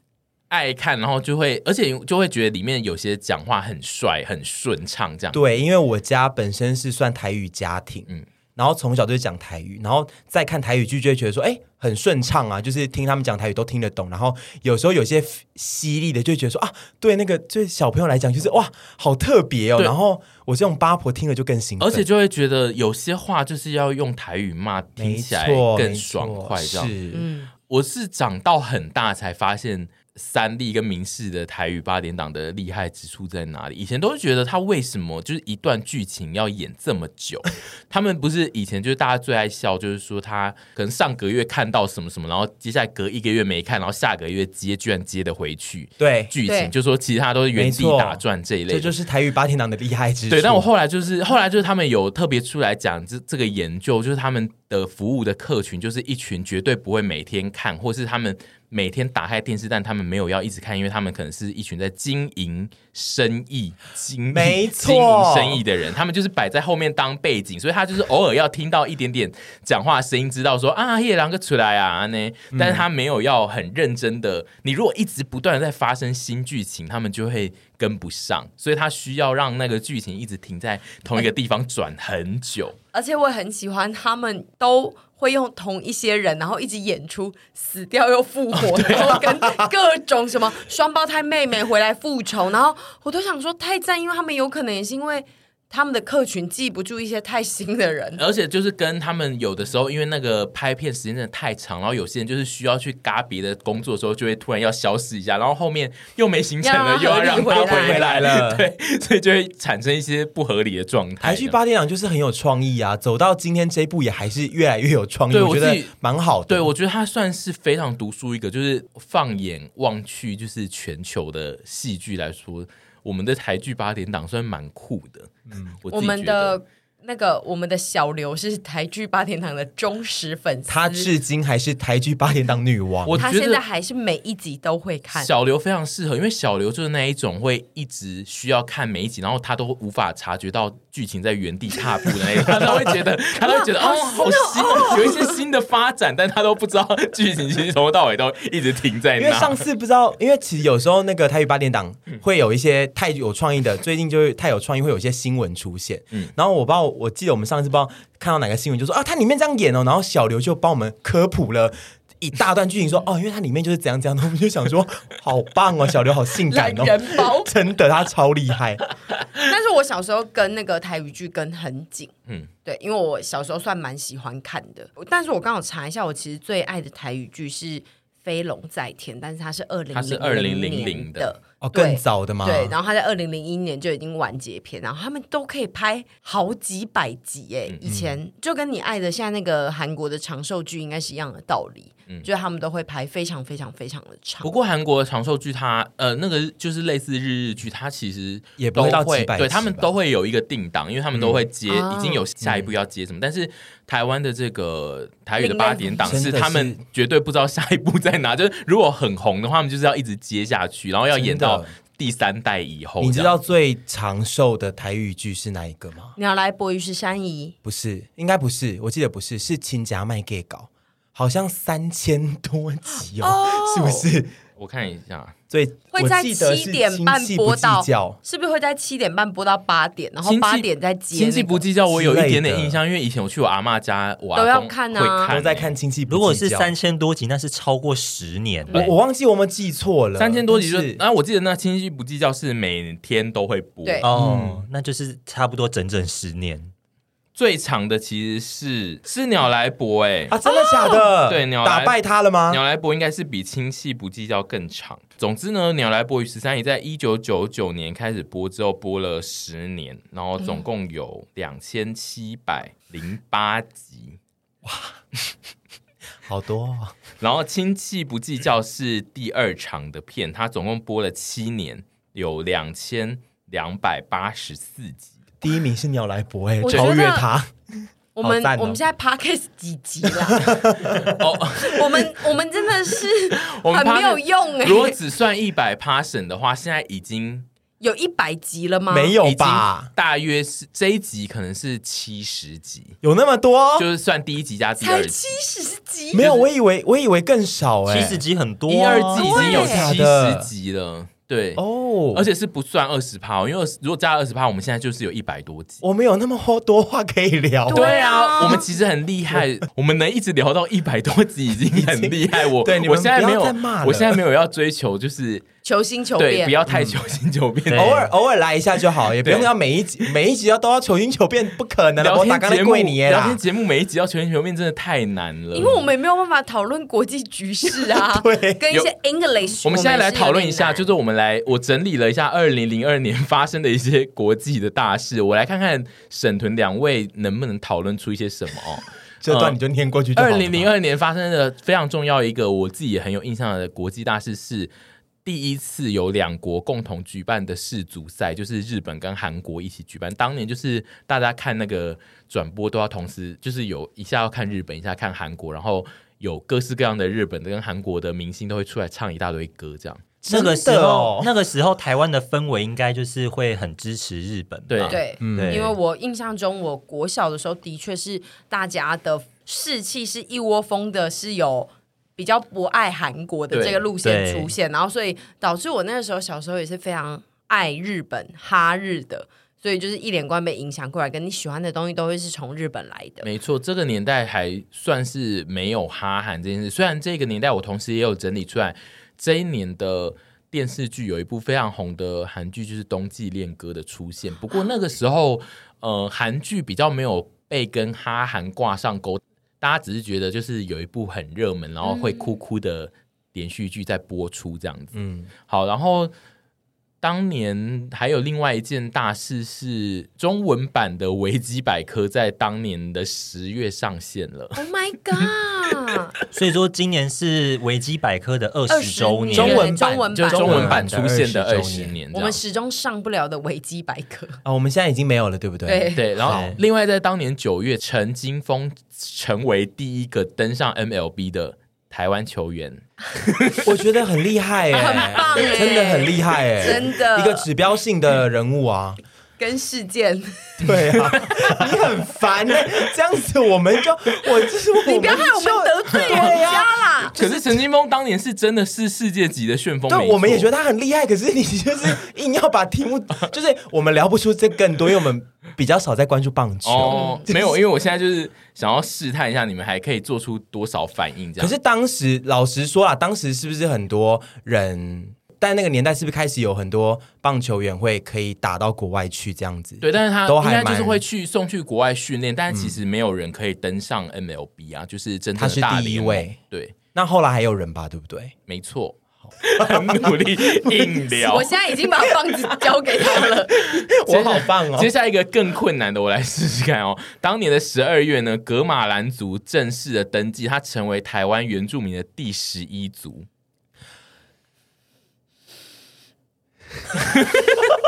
Speaker 2: 爱看，然后就会，而且就会觉得里面有些讲话很帅、很顺畅这样。
Speaker 1: 对，因为我家本身是算台语家庭，嗯
Speaker 2: 嗯，
Speaker 1: 然后从小就是讲台语，然后再看台语剧就会觉得说，哎，很顺畅啊，就是听他们讲台语都听得懂。然后有时候有些犀利的，就会觉得说啊，对那个对小朋友来讲，就是哇，好特别哦。
Speaker 2: 对
Speaker 1: 然后我这种八婆听了就更兴奋，
Speaker 2: 而且就会觉得有些话就是要用台语骂，听
Speaker 1: 没
Speaker 2: 起来
Speaker 1: 错，
Speaker 2: 更
Speaker 1: 没
Speaker 2: 爽
Speaker 1: 错
Speaker 2: 快这样。
Speaker 1: 是，
Speaker 3: 嗯，
Speaker 2: 我是长到很大才发现三立跟明视的台语八点档的厉害之处在哪里。以前都是觉得他为什么就是一段剧情要演这么 久？他们不是以前就是大家最爱笑，就是说他可能上个月看到什么什么，然后接下来隔一个月没看，然后下个月接居然接得回去
Speaker 1: 对，
Speaker 2: 剧
Speaker 3: 对
Speaker 2: 情，就说其他都是原
Speaker 1: 没
Speaker 2: 地
Speaker 1: 错
Speaker 2: 打转这一类
Speaker 1: 这
Speaker 2: 的。
Speaker 1: 就是台语八天堂的厉害之处。
Speaker 2: 对，但我后来就是后来就是他们有特别出来讲这这个研究，就是他们的服务的客群就是一群绝对不会每天看，或是他们每天打开电视，但他们没有要一直看，因为他们可能是一群在经营生意、经
Speaker 1: 没
Speaker 2: 经营
Speaker 1: 错
Speaker 2: 生意的人，他们就是摆在后面当背景，所以他就是偶尔要听到一点点讲话声音，知道说啊夜郎哥出来啊呢，
Speaker 1: 嗯
Speaker 2: 但是他没有要很认真的。你如果一直不断的在发生新剧情，他们就会跟不上，所以他需要让那个剧情一直停在同一个地方转很久。
Speaker 3: 而且我很喜欢他们都。会用同一些人，然后一直演出死掉又复活，然后跟各种什么双胞胎妹妹回来复仇，然后我都想说太赞，因为他们有可能也是因为他们的客群记不住一些太新的人，
Speaker 2: 而且就是跟他们有的时候，因为那个拍片时间真的太长，然后有些人就是需要去嘎别的工作的时候，就会突然要消失一下，然后后面又没行程了，又
Speaker 3: 要
Speaker 2: 要
Speaker 3: 让
Speaker 2: 让
Speaker 3: 他
Speaker 2: 他
Speaker 3: 合理
Speaker 1: 回
Speaker 2: 回
Speaker 1: 来
Speaker 2: 来
Speaker 1: 了
Speaker 2: 对，所以就会产生一些不合理的状态。
Speaker 1: 台剧八点档就是很有创意啊，走到今天这一步也还是越来越有创意，
Speaker 2: 对
Speaker 1: 我觉
Speaker 2: 我自
Speaker 1: 得
Speaker 2: 己
Speaker 1: 蛮好的。
Speaker 2: 对，我觉得他算是非常独树一格，就是放眼望去，就是全球的戏剧来说，我们的台剧八点档算蛮酷的。嗯，我自
Speaker 3: 我
Speaker 2: 己觉
Speaker 3: 们
Speaker 2: 得
Speaker 3: 的那个我们的小刘是台剧八点堂的忠实粉丝，
Speaker 1: 她至今还是台剧八点档女王。
Speaker 2: 我
Speaker 3: 他
Speaker 2: 觉
Speaker 3: 现在
Speaker 2: 得
Speaker 3: 还是每一集都会看。
Speaker 2: 小刘非常适合，因为小刘就是那一种会一直需要看每一集，然后他都无法察觉到剧情在原地踏步的那一种，他都会觉得，他都会觉得哦，好新哦，有一些新的发展，但他都不知道剧情其实从头到尾都一直停在
Speaker 1: 因为
Speaker 2: 那
Speaker 1: 上。次不知道，因为其实有时候那个台语八点档
Speaker 3: 嗯
Speaker 1: 会有一些太有创意的，最近就是太有创意，会有一些新闻出现。嗯，然后我不知道，我记得我们上次不知道看到哪个新闻，就说啊，它里面这样演哦，然后小刘就帮我们科普了。一大段剧情 说哦，因为它里面就是怎样怎样的，我们就想说好棒哦，小刘好性感 哦，
Speaker 3: 懒人包
Speaker 1: 真的他超厉害，
Speaker 3: 但是我小时候跟那个台语剧跟很紧，嗯
Speaker 2: 嗯，
Speaker 3: 对，因为我小时候算蛮喜欢看的。但是我刚好查一下，我其实最爱的台语剧是《飞龙在天》，但是它是二零
Speaker 2: 它是
Speaker 3: 零
Speaker 2: 2000
Speaker 3: 的
Speaker 2: 的啊
Speaker 1: 哦，
Speaker 3: 对
Speaker 1: 更早的嘛，
Speaker 3: 对，然后他在二零零一年就已经完结篇，然后他们都可以拍好几百集耶。
Speaker 2: 嗯
Speaker 3: 以前就跟你爱的现在那个韩国的长寿剧应该是一样的道理，就是他们都会拍非常非常非常的长
Speaker 2: 嗯不。过韩国的长寿剧它，呃那个就是类似日日剧，它其实
Speaker 1: 也不
Speaker 2: 都
Speaker 1: 会
Speaker 2: 会
Speaker 1: 到几百
Speaker 2: 对
Speaker 1: 集
Speaker 2: 他们
Speaker 1: 吧
Speaker 2: 都会有一个定档，因为他们都会接、
Speaker 3: 嗯
Speaker 2: 已经有下一步要接什么。但是台湾的这个台语的
Speaker 3: 另类
Speaker 2: 八点档
Speaker 1: 真的
Speaker 2: 是
Speaker 1: 是
Speaker 2: 他们绝对不知道下一步在哪，就是如果很红的话，他们就是要一直接下去，然后要演
Speaker 1: 真
Speaker 2: 到
Speaker 1: 的
Speaker 2: 第三代以后。
Speaker 1: 你知
Speaker 2: 这样
Speaker 1: 道最长寿的台语剧是哪一个吗？
Speaker 3: 你要来博于是山姨，
Speaker 1: 不是，应该不是，我记得不是， 是亲家卖给搞，好像三千多集哦，是不是？
Speaker 2: 我看一下，
Speaker 1: 最
Speaker 3: 哦会在
Speaker 1: 我记得是
Speaker 3: 七点半
Speaker 1: 亲戚不
Speaker 3: 播到
Speaker 1: 计较，
Speaker 3: 是不是会在七点半播到八点，然后
Speaker 2: 亲戚
Speaker 3: 八点再接、那
Speaker 2: 亲
Speaker 3: 个
Speaker 2: 戚不计较，我有一点
Speaker 1: 之类
Speaker 2: 点
Speaker 1: 的
Speaker 2: 印象，因为以前我去我阿嬷家，我阿
Speaker 3: 都要
Speaker 2: 公
Speaker 3: 看啊
Speaker 2: 会看欸
Speaker 1: 都在看亲戚不计较。
Speaker 4: 如果是三，千多集，那是超过十年
Speaker 1: 我
Speaker 4: 了。
Speaker 1: 我忘记我们记错了，
Speaker 2: 三千多集就
Speaker 1: 但是，
Speaker 2: 啊，我记得那亲戚不计较是每天都会播，
Speaker 3: 对
Speaker 4: 哦，
Speaker 1: 嗯
Speaker 4: 那就是差不多整整十年。
Speaker 2: 最长的其实是是鸟来伯哎、
Speaker 1: 啊，真的假的？
Speaker 2: 哦对鸟来
Speaker 1: 打败他了吗？
Speaker 2: 鸟来伯应该是比亲戚不计较更长。总之呢，鸟来伯与十三姨在一九九九年开始播之后，播了十年，然后总共有两千七百零八集。
Speaker 1: 好多哦
Speaker 2: 然后亲戚不计较是第二场的片，它总共播了七年，有两千两百八十四集。
Speaker 1: 第一名是鸟来伯，哎，
Speaker 3: 我觉得
Speaker 1: 超越他。
Speaker 3: 我们、
Speaker 1: 好赞哦
Speaker 3: 我们现在 podcast 几集了？
Speaker 2: 哦，
Speaker 3: 我们我们真的是
Speaker 2: 我们
Speaker 3: 很没有
Speaker 2: podcast-
Speaker 3: 用哎、
Speaker 2: 如果只算一百 passion 的话，现在已经
Speaker 3: 有一百集了吗？
Speaker 1: 没有吧？
Speaker 2: 大约是这一集可能是七十集，
Speaker 1: 有那么多？
Speaker 2: 就是算第一集加第
Speaker 3: 才
Speaker 2: 二集
Speaker 3: 七。十集，
Speaker 1: 没有，我以为我以为更少哎，
Speaker 4: 七十集很多
Speaker 2: 一
Speaker 4: 啊，
Speaker 2: 二季已经有
Speaker 3: 对
Speaker 1: 假
Speaker 2: 七
Speaker 1: 的
Speaker 2: 十集了，对，
Speaker 1: 哦，
Speaker 2: 而且是不算二十趴，因为20如果加二十趴，我们现在就是有一百多集。
Speaker 1: 我们有那么多话可以聊。
Speaker 3: 对啊
Speaker 2: 我们其实很厉害，我们能一直聊到一百多集已经很厉害。我
Speaker 1: 对你
Speaker 2: 我
Speaker 1: 们
Speaker 2: 现在没有
Speaker 1: 不要再骂了，嗯
Speaker 2: 我现在没有要追求， 就是
Speaker 3: 求新求
Speaker 2: 对，
Speaker 3: 变，
Speaker 2: 不要太求新求变。
Speaker 4: 对
Speaker 1: 偶尔偶尔来一下就好，也不用
Speaker 2: 对
Speaker 1: 要每一集每一集要都要求新求变，不可能啦。
Speaker 2: 聊
Speaker 1: 我打
Speaker 2: 天
Speaker 1: 刚
Speaker 2: 节
Speaker 1: 才
Speaker 2: 目，
Speaker 1: 跪你耶
Speaker 2: 聊
Speaker 1: 啦
Speaker 2: 天！节目每一集要求新求变真的太难了。
Speaker 3: 因为我们也没有办法讨论国际局 势啊，
Speaker 1: 对
Speaker 3: 跟一些 English，
Speaker 2: 我们现在来讨论一下，
Speaker 3: 我们是
Speaker 2: 就
Speaker 3: 有点难
Speaker 2: 是我们来，我整理了一下二零零二年 发生的一些国际的大事，我来看看沈屯两位能不能讨论出一些什 么哦。
Speaker 1: 这段你就念过去就好
Speaker 2: 二
Speaker 1: 了嘛。
Speaker 2: 零零二年发生的非常重要一个我自己也很有印象的国际大事是。第一次有两国共同举办的世足赛，就是日本跟韩国一起举办。当年就是大家看那个转播都要同时，就是有一下要看日本，一下看韩国，然后有各式各样的日本的跟韩国的明星都会出来唱一大堆歌，这样。
Speaker 4: 那个时
Speaker 1: 真的
Speaker 4: 候
Speaker 1: 哦，
Speaker 4: 那个时候台湾的氛围应该就是会很支持日本吧。
Speaker 2: 对
Speaker 3: 对，
Speaker 4: 对
Speaker 3: 因为我印象中，我国小的时候的确是大家的士气是一窝蜂的，是有比较不爱韩国的
Speaker 2: 对
Speaker 3: 这个路线
Speaker 4: 对
Speaker 3: 出现，然后所以导致我那个时候小时候也是非常爱日本哈日的，所以就是一连贯被影响过来，跟你喜欢的东西都会是从日本来的。
Speaker 2: 没错，这个年代还算是没有哈韩这件事。虽然这个年代我同时也有整理出来，这一年的电视剧有一部非常红的韩剧，就是《冬季恋歌》的出现。不过那个时候，呃，韩剧比较没有被跟哈韩挂上钩，大家只是觉得就是有一部很热门，然后会哭哭的连续剧在播出这样子。
Speaker 1: 嗯，
Speaker 2: 好，然后当年还有另外一件大事是中文版的《维基百科》在当年的十月上线了。
Speaker 3: Oh my god！
Speaker 4: 所以说今年是维基百科的二十周
Speaker 3: 20
Speaker 4: 年，
Speaker 1: 中文版
Speaker 3: 中文
Speaker 2: 就是
Speaker 3: 版，
Speaker 2: 中文版出现
Speaker 1: 中
Speaker 2: 的
Speaker 1: 文版的
Speaker 2: 二
Speaker 1: 20
Speaker 2: 十
Speaker 1: 周
Speaker 2: 年，这
Speaker 3: 我
Speaker 2: 样
Speaker 3: 们始终上不了的维基百科。
Speaker 1: 啊，我们现在已经没有了，对不对？
Speaker 3: 对
Speaker 2: 对，然后
Speaker 4: 好
Speaker 2: 另外在当年九月，陈金峰成为第一个登上 MLB 的台湾球员。
Speaker 1: 我觉得很厉害哎，
Speaker 3: 很棒哎
Speaker 1: 真的很厉害哎，
Speaker 3: 真的
Speaker 1: 一个指标性的人物啊。
Speaker 3: 跟事件，
Speaker 1: 对啊，你很烦哎，这样子我们就我就是我
Speaker 3: 你不要害我们
Speaker 1: 就
Speaker 3: 得罪人家啦！
Speaker 2: 可是陈金峰当年是真的是世界级的旋风，
Speaker 1: 对，我们也觉
Speaker 2: 得。
Speaker 1: 得他很厉害，可是你就是硬要把题目，就是我们聊不出这更多，因为我们比较少在关注棒球。
Speaker 2: 哦，没有，因为我现在就是想要试探一下你们还可以做出多少反应，这
Speaker 1: 可
Speaker 2: 样。
Speaker 1: 是当时老实说啦，当时是不是很多人？但那个年代是不是开始有很多棒球员会可以打到国外去这样子？
Speaker 2: 对，但是他
Speaker 1: 都
Speaker 2: 应
Speaker 1: 还
Speaker 2: 该就是
Speaker 1: 蛮嗯
Speaker 2: 会去送去国外训练，但是其实没有人可以登上 MLB 啊，就是真正
Speaker 1: 他
Speaker 2: 的
Speaker 1: 是
Speaker 2: 大
Speaker 1: 第一
Speaker 2: 联
Speaker 1: 位
Speaker 2: 盟，对，
Speaker 1: 那后来还有人吧，对不对？
Speaker 2: 没错，很努力硬聊
Speaker 3: 我。现在已经把棒子交给他了。
Speaker 1: 我好棒哦
Speaker 2: 接！下来一个更困难的，我来试试看哦。当年的十二月呢，格马兰族正式的登记，他成为台湾原住民的第十一族。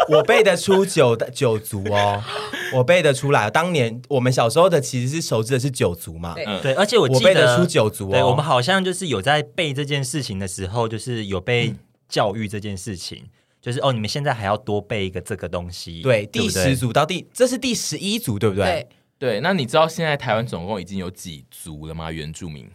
Speaker 1: 我背得出九的九族哦，我背得出来。当年我们小时候的其实是熟知的是九族嘛，
Speaker 3: 对
Speaker 4: 对，而且我记
Speaker 1: 我背得出九族哦
Speaker 4: 对我们好像就是有在背这件事情的时候，就是有被教育这件事情，就是哦，你们现在还要多背一个这个东西。
Speaker 1: 对，
Speaker 4: 不
Speaker 1: 第十组到第这是第十一组，对不对
Speaker 3: 对？，
Speaker 2: 对，那你知道现在台湾总共已经有几族了吗？原住民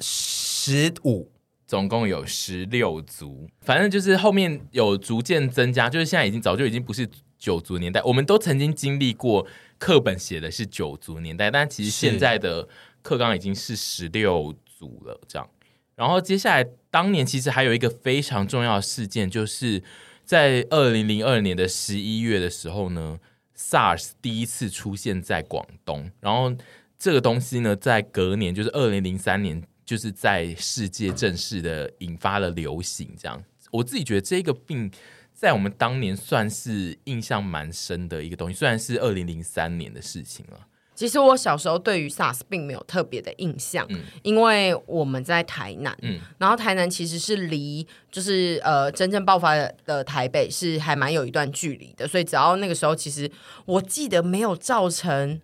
Speaker 1: 十五
Speaker 2: 总共有十六族，反正就是后面有逐渐增加，就是现在已经早就已经不是九族年代，我们都曾经经历过课本写的是九族年代，但其实现在的课纲已经是十六族了，这样。然后接下来，当年其实还有一个非常重要的事件，就是在二零零二年的十一月的时候呢，SARS 第一次出现在广东，然后这个东西呢，在隔年就是二零零三年，就是在世界正式的引发了流行。这样，我自己觉得这个病在我们当年算是印象蛮深的一个东西，虽然是二零零三年的事情了。
Speaker 3: 其实我小时候对于 SARS 并没有特别的印象，因为我们在台南，
Speaker 2: 嗯
Speaker 3: 然后台南其实是离就是呃真正爆发的台北是还蛮有一段距离的，所以只要那个时候，其实我记得没有造成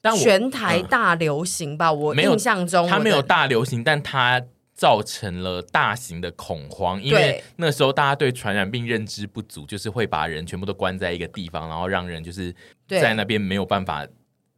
Speaker 2: 但我
Speaker 3: 全台大流行吧，我
Speaker 2: 没有
Speaker 3: 印象中
Speaker 2: 它
Speaker 3: 我
Speaker 2: 没
Speaker 3: 的
Speaker 2: 有大流行，但它造成了大型的恐慌，因为
Speaker 3: 对
Speaker 2: 那时候大家对传染病认知不足，就是会把人全部都关在一个地方，然后让人就是
Speaker 3: 对
Speaker 2: 在那边没有办法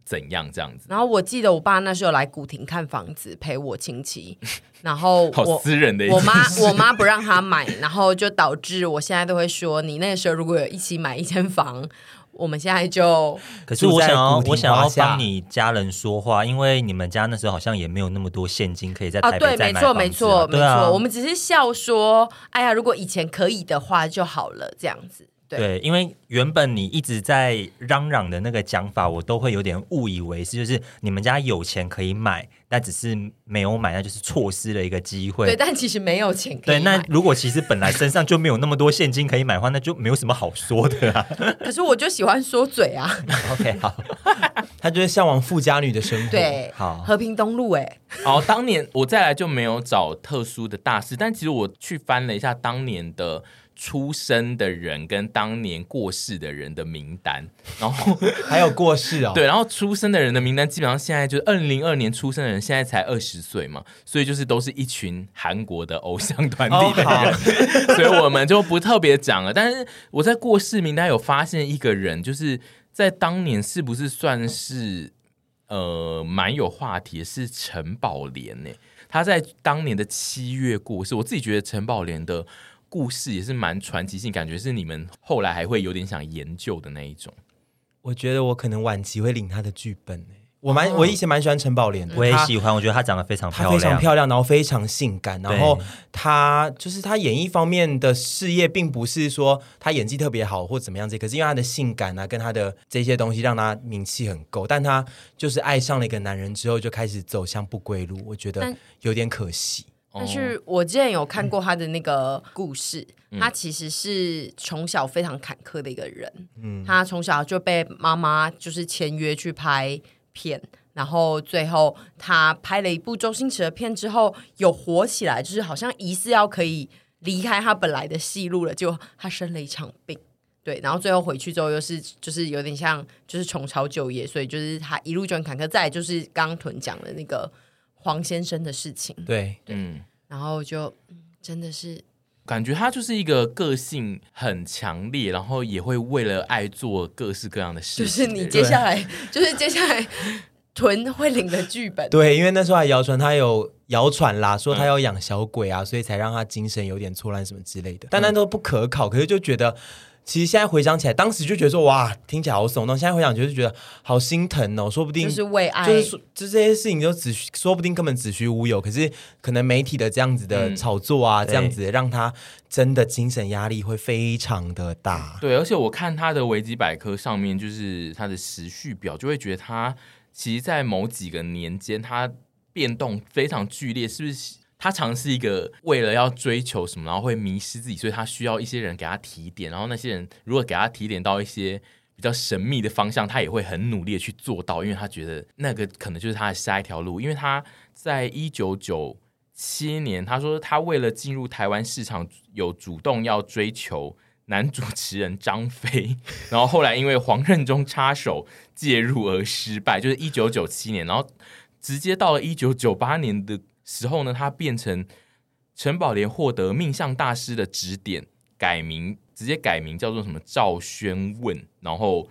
Speaker 2: 怎样这样子，
Speaker 3: 然后我记得我爸那时候来古亭看房子陪我 亲戚，然后
Speaker 2: 好
Speaker 3: 我
Speaker 2: 私哦人的一
Speaker 3: 我
Speaker 2: 件
Speaker 3: 妈
Speaker 2: 事
Speaker 3: 我妈不让他买，然后就导致我现在都会说，你那个时候如果有一起买一间房，我们现在就
Speaker 4: 可是我想
Speaker 1: 住在
Speaker 4: 要
Speaker 1: 古，亭
Speaker 4: 我想要
Speaker 1: 华夏
Speaker 4: 帮你家人说话，因为你们家那时候好像也没有那么多现金可以在
Speaker 3: 啊，
Speaker 4: 台
Speaker 3: 对，没
Speaker 4: 北再买
Speaker 3: 错，
Speaker 4: 房子啊、
Speaker 3: 没错，没
Speaker 4: 对啊
Speaker 3: 错，我们只是笑说，哎呀，如果以前可以的话就好了，这样子，对。
Speaker 4: 对，因为原本你一直在嚷嚷的那个讲法，我都会有点误以为是，就是你们家有钱可以买，但只是没有买，那就是错失了一个机
Speaker 3: 对，
Speaker 4: 会。
Speaker 3: 但其实没有钱可
Speaker 4: 对，
Speaker 3: 以
Speaker 4: 那
Speaker 3: 买。
Speaker 4: 如果其实本来身上就没有那么多现金可以买的话，那就没有什么好说的啊。
Speaker 3: 可是我就喜欢说嘴啊，
Speaker 4: OK，好，
Speaker 1: 他就是向往富家女的生活。，
Speaker 3: 对，
Speaker 4: 好
Speaker 3: 和平东路、哎，
Speaker 2: 哦，当年我再来就没有找特殊的大事，但其实我去翻了一下当年的出生的人跟当年过世的人的名单，然后
Speaker 1: 还有过世哦。
Speaker 2: 对，，然后出生的人的名单基本上现在就是二零零二年出生的人，现在才二十岁嘛，所以就是都是一群韩国的偶像团体的人， 所以我们就不特别讲了。但是我在过世名单有发现一个人，就是在当年是不是算是呃蛮有话题的，是陈宝莲呢、他在当年的七月过世，我自己觉得陈宝莲的。故事也是蛮传奇性，感觉是你们后来还会有点想研究的那一种。
Speaker 1: 我觉得我可能晚期会领他的剧本欸我蛮，我以前蛮喜欢陈宝莲的，
Speaker 4: 我也
Speaker 1: 她
Speaker 4: 喜欢，我觉得哦嗯她长得非常
Speaker 1: 她
Speaker 4: 漂
Speaker 1: 非常
Speaker 4: 亮。
Speaker 1: 漂亮，然后非常性感，
Speaker 4: 对
Speaker 1: 然后她就是她演艺方面的事业，并不是说她演技特别好或怎么样子，可是因为她的性感啊，跟她的这些东西让她名气很够，但她就是爱上了一个男人之后，就开始走向不归路，我觉得
Speaker 3: 但
Speaker 1: 有点可惜。
Speaker 2: 哦
Speaker 3: 但是我之前有看过他的那个故事，他其实是从小非常坎坷的一个人，他从小就被妈妈就是签约去拍片。然后最后，他拍了一部周星驰的片之后，有火起来，就是好像疑似要可以离开他本来的戏路了，就他生了一场病，对，然后最后回去之后又是就是有点像就是重操旧业，所以就是他一路就很坎坷。再来就是刚刚屯讲的那个黄先生的事情，
Speaker 1: 对，
Speaker 2: 嗯，
Speaker 3: 然后就嗯真的是
Speaker 2: 感觉他就是一个个性很强烈，然后也会为了爱做各式各样的事
Speaker 3: 就
Speaker 2: 情
Speaker 3: 是
Speaker 2: 的
Speaker 3: 你
Speaker 2: 人
Speaker 3: 接下来就是接下来屯会领的剧本，
Speaker 1: 对，因为那时候还谣传他有谣传啦，
Speaker 2: 嗯
Speaker 1: 说他要养小鬼啊，所以才让他精神有点错乱什么之类的，
Speaker 2: 嗯
Speaker 1: 但那都不可考。可是就觉得，其实现在回想起来，当时就觉得说哇，听起来好耸动，现在回想就是觉得好心疼哦，说不定
Speaker 3: 就是为爱，
Speaker 1: 就是说，就这些事情就只需说不定根本子虚乌有，可是可能媒体的这样子的
Speaker 2: 嗯
Speaker 1: 炒作啊，
Speaker 4: 对
Speaker 1: 这样子让他真的精神压力会非常的大。
Speaker 2: 对，而且我看他的维基百科上面就是他的时序表，就会觉得他其实，在某几个年间，他变动非常剧烈，是不是？他常是一个为了要追求什么，然后会迷失自己，所以他需要一些人给他提点，然后那些人如果给他提点到一些比较神秘的方向，他也会很努力的去做到，因为他觉得那个可能就是他的下一条路。因为他在一九九七年，他说他为了进入台湾市场，有主动要追求男主持人张飞， 然后后来因为黄任中插手介入而失败，就是一九九七年，然后直接到了一九九八年的时候呢，他变成陈宝莲获得命相大师的指点，改名直接改名叫做什么赵宣问，然后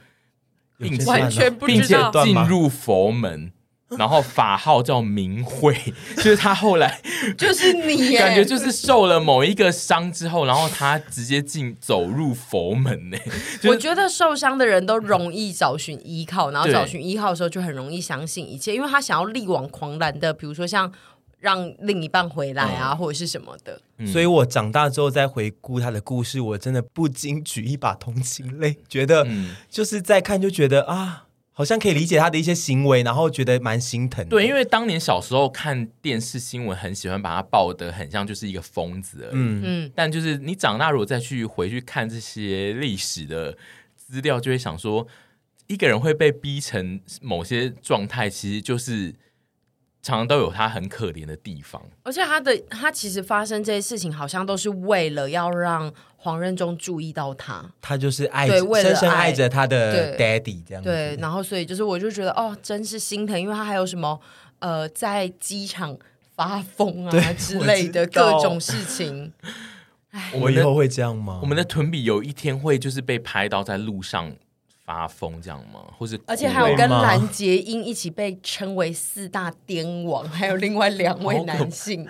Speaker 2: 并
Speaker 1: 有这
Speaker 2: 且
Speaker 1: 段
Speaker 3: 完
Speaker 1: 吗
Speaker 3: 全不
Speaker 2: 并
Speaker 3: 知
Speaker 2: 且
Speaker 3: 道
Speaker 1: 段
Speaker 2: 进
Speaker 1: 吗
Speaker 2: 入佛门，然后法号叫明慧，就是他后来
Speaker 3: 就是你 耶，
Speaker 2: 感觉就是受了某一个伤之后，然后他直接进走入佛门呢、就是
Speaker 3: 我觉得受伤的人都容易找寻依靠，然后
Speaker 2: 对
Speaker 3: 找寻依靠的时候就很容易相信一切，因为他想要力挽狂澜的，比如说像让另一半回来啊，
Speaker 2: 嗯
Speaker 3: 或者是什么的。
Speaker 1: 所以我长大之后再回顾他的故事，我真的不禁举一把同情泪，觉得
Speaker 2: 嗯
Speaker 1: 就是再看就觉得啊，好像可以理解他的一些行为，然后觉得蛮心疼的。
Speaker 2: 对，因为当年小时候看电视新闻，很喜欢把他报得很像就是一个疯子而已。
Speaker 1: 嗯，
Speaker 3: 嗯，
Speaker 2: 但就是你长大如果再去回去看这些历史的资料，就会想说，一个人会被逼成某些状态，其实就是常常都有他很可怜的地方。
Speaker 3: 而且他的他其实发生这些事情，好像都是为了要让黄任中注意到他。
Speaker 1: 他就是爱，
Speaker 3: 对为了
Speaker 1: 深深
Speaker 3: 爱
Speaker 1: 爱着他的
Speaker 3: 对
Speaker 1: daddy 这样子。
Speaker 3: 对，然后所以就是我就觉得哦，真是心疼，因为他还有什么呃，在机场发疯啊之类的
Speaker 1: 我知道
Speaker 3: 各种事 情。
Speaker 1: 我
Speaker 2: 我们
Speaker 1: 以
Speaker 2: 的
Speaker 1: 后会这样吗？
Speaker 2: 我们的屯比有一天会就是被拍到在路上发疯这样吗？或是
Speaker 3: 而且还有
Speaker 1: 个
Speaker 3: 跟
Speaker 1: 会吗
Speaker 3: 蓝洁瑛一起被称为四大癫王，还有另外两位男性，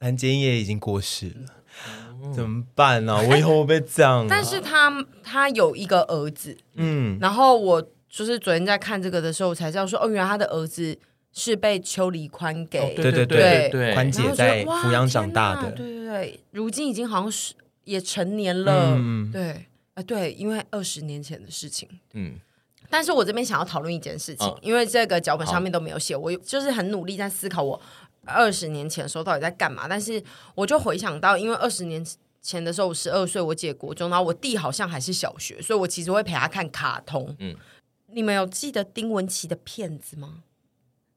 Speaker 1: 蓝洁瑛也已经过世了，怎么办呢、我以后会被这样、啊？
Speaker 3: 但是他他有一个儿子，
Speaker 1: 嗯，
Speaker 3: 然后我就是昨天在看这个的时候，我才知道说，哦，原来他的儿子是被邱黎宽给、
Speaker 2: 哦
Speaker 1: 对
Speaker 2: 对
Speaker 1: 对
Speaker 3: 对
Speaker 2: 对
Speaker 1: 宽
Speaker 3: 然
Speaker 1: 姐
Speaker 3: 后我觉得
Speaker 1: 在
Speaker 3: 哇
Speaker 1: 抚养长大
Speaker 3: 天哪
Speaker 1: 的，
Speaker 3: 对对对，如今已经好像是也成年了，
Speaker 1: 嗯
Speaker 3: 对，啊、对，因为二十年前的事情。
Speaker 2: 嗯
Speaker 3: 但是我这边想要讨论一件事情，
Speaker 2: 嗯
Speaker 3: 因为这个脚本上面都没有写，我就是很努力在思考我二十年前的时候到底在干嘛。但是我就回想到，因为二十年前的时候我十二岁，我姐国中，然后我弟好像还是小学，所以我其实会陪他看卡通。
Speaker 2: 嗯
Speaker 3: 嗯，你们有记得丁文琪的骗子吗？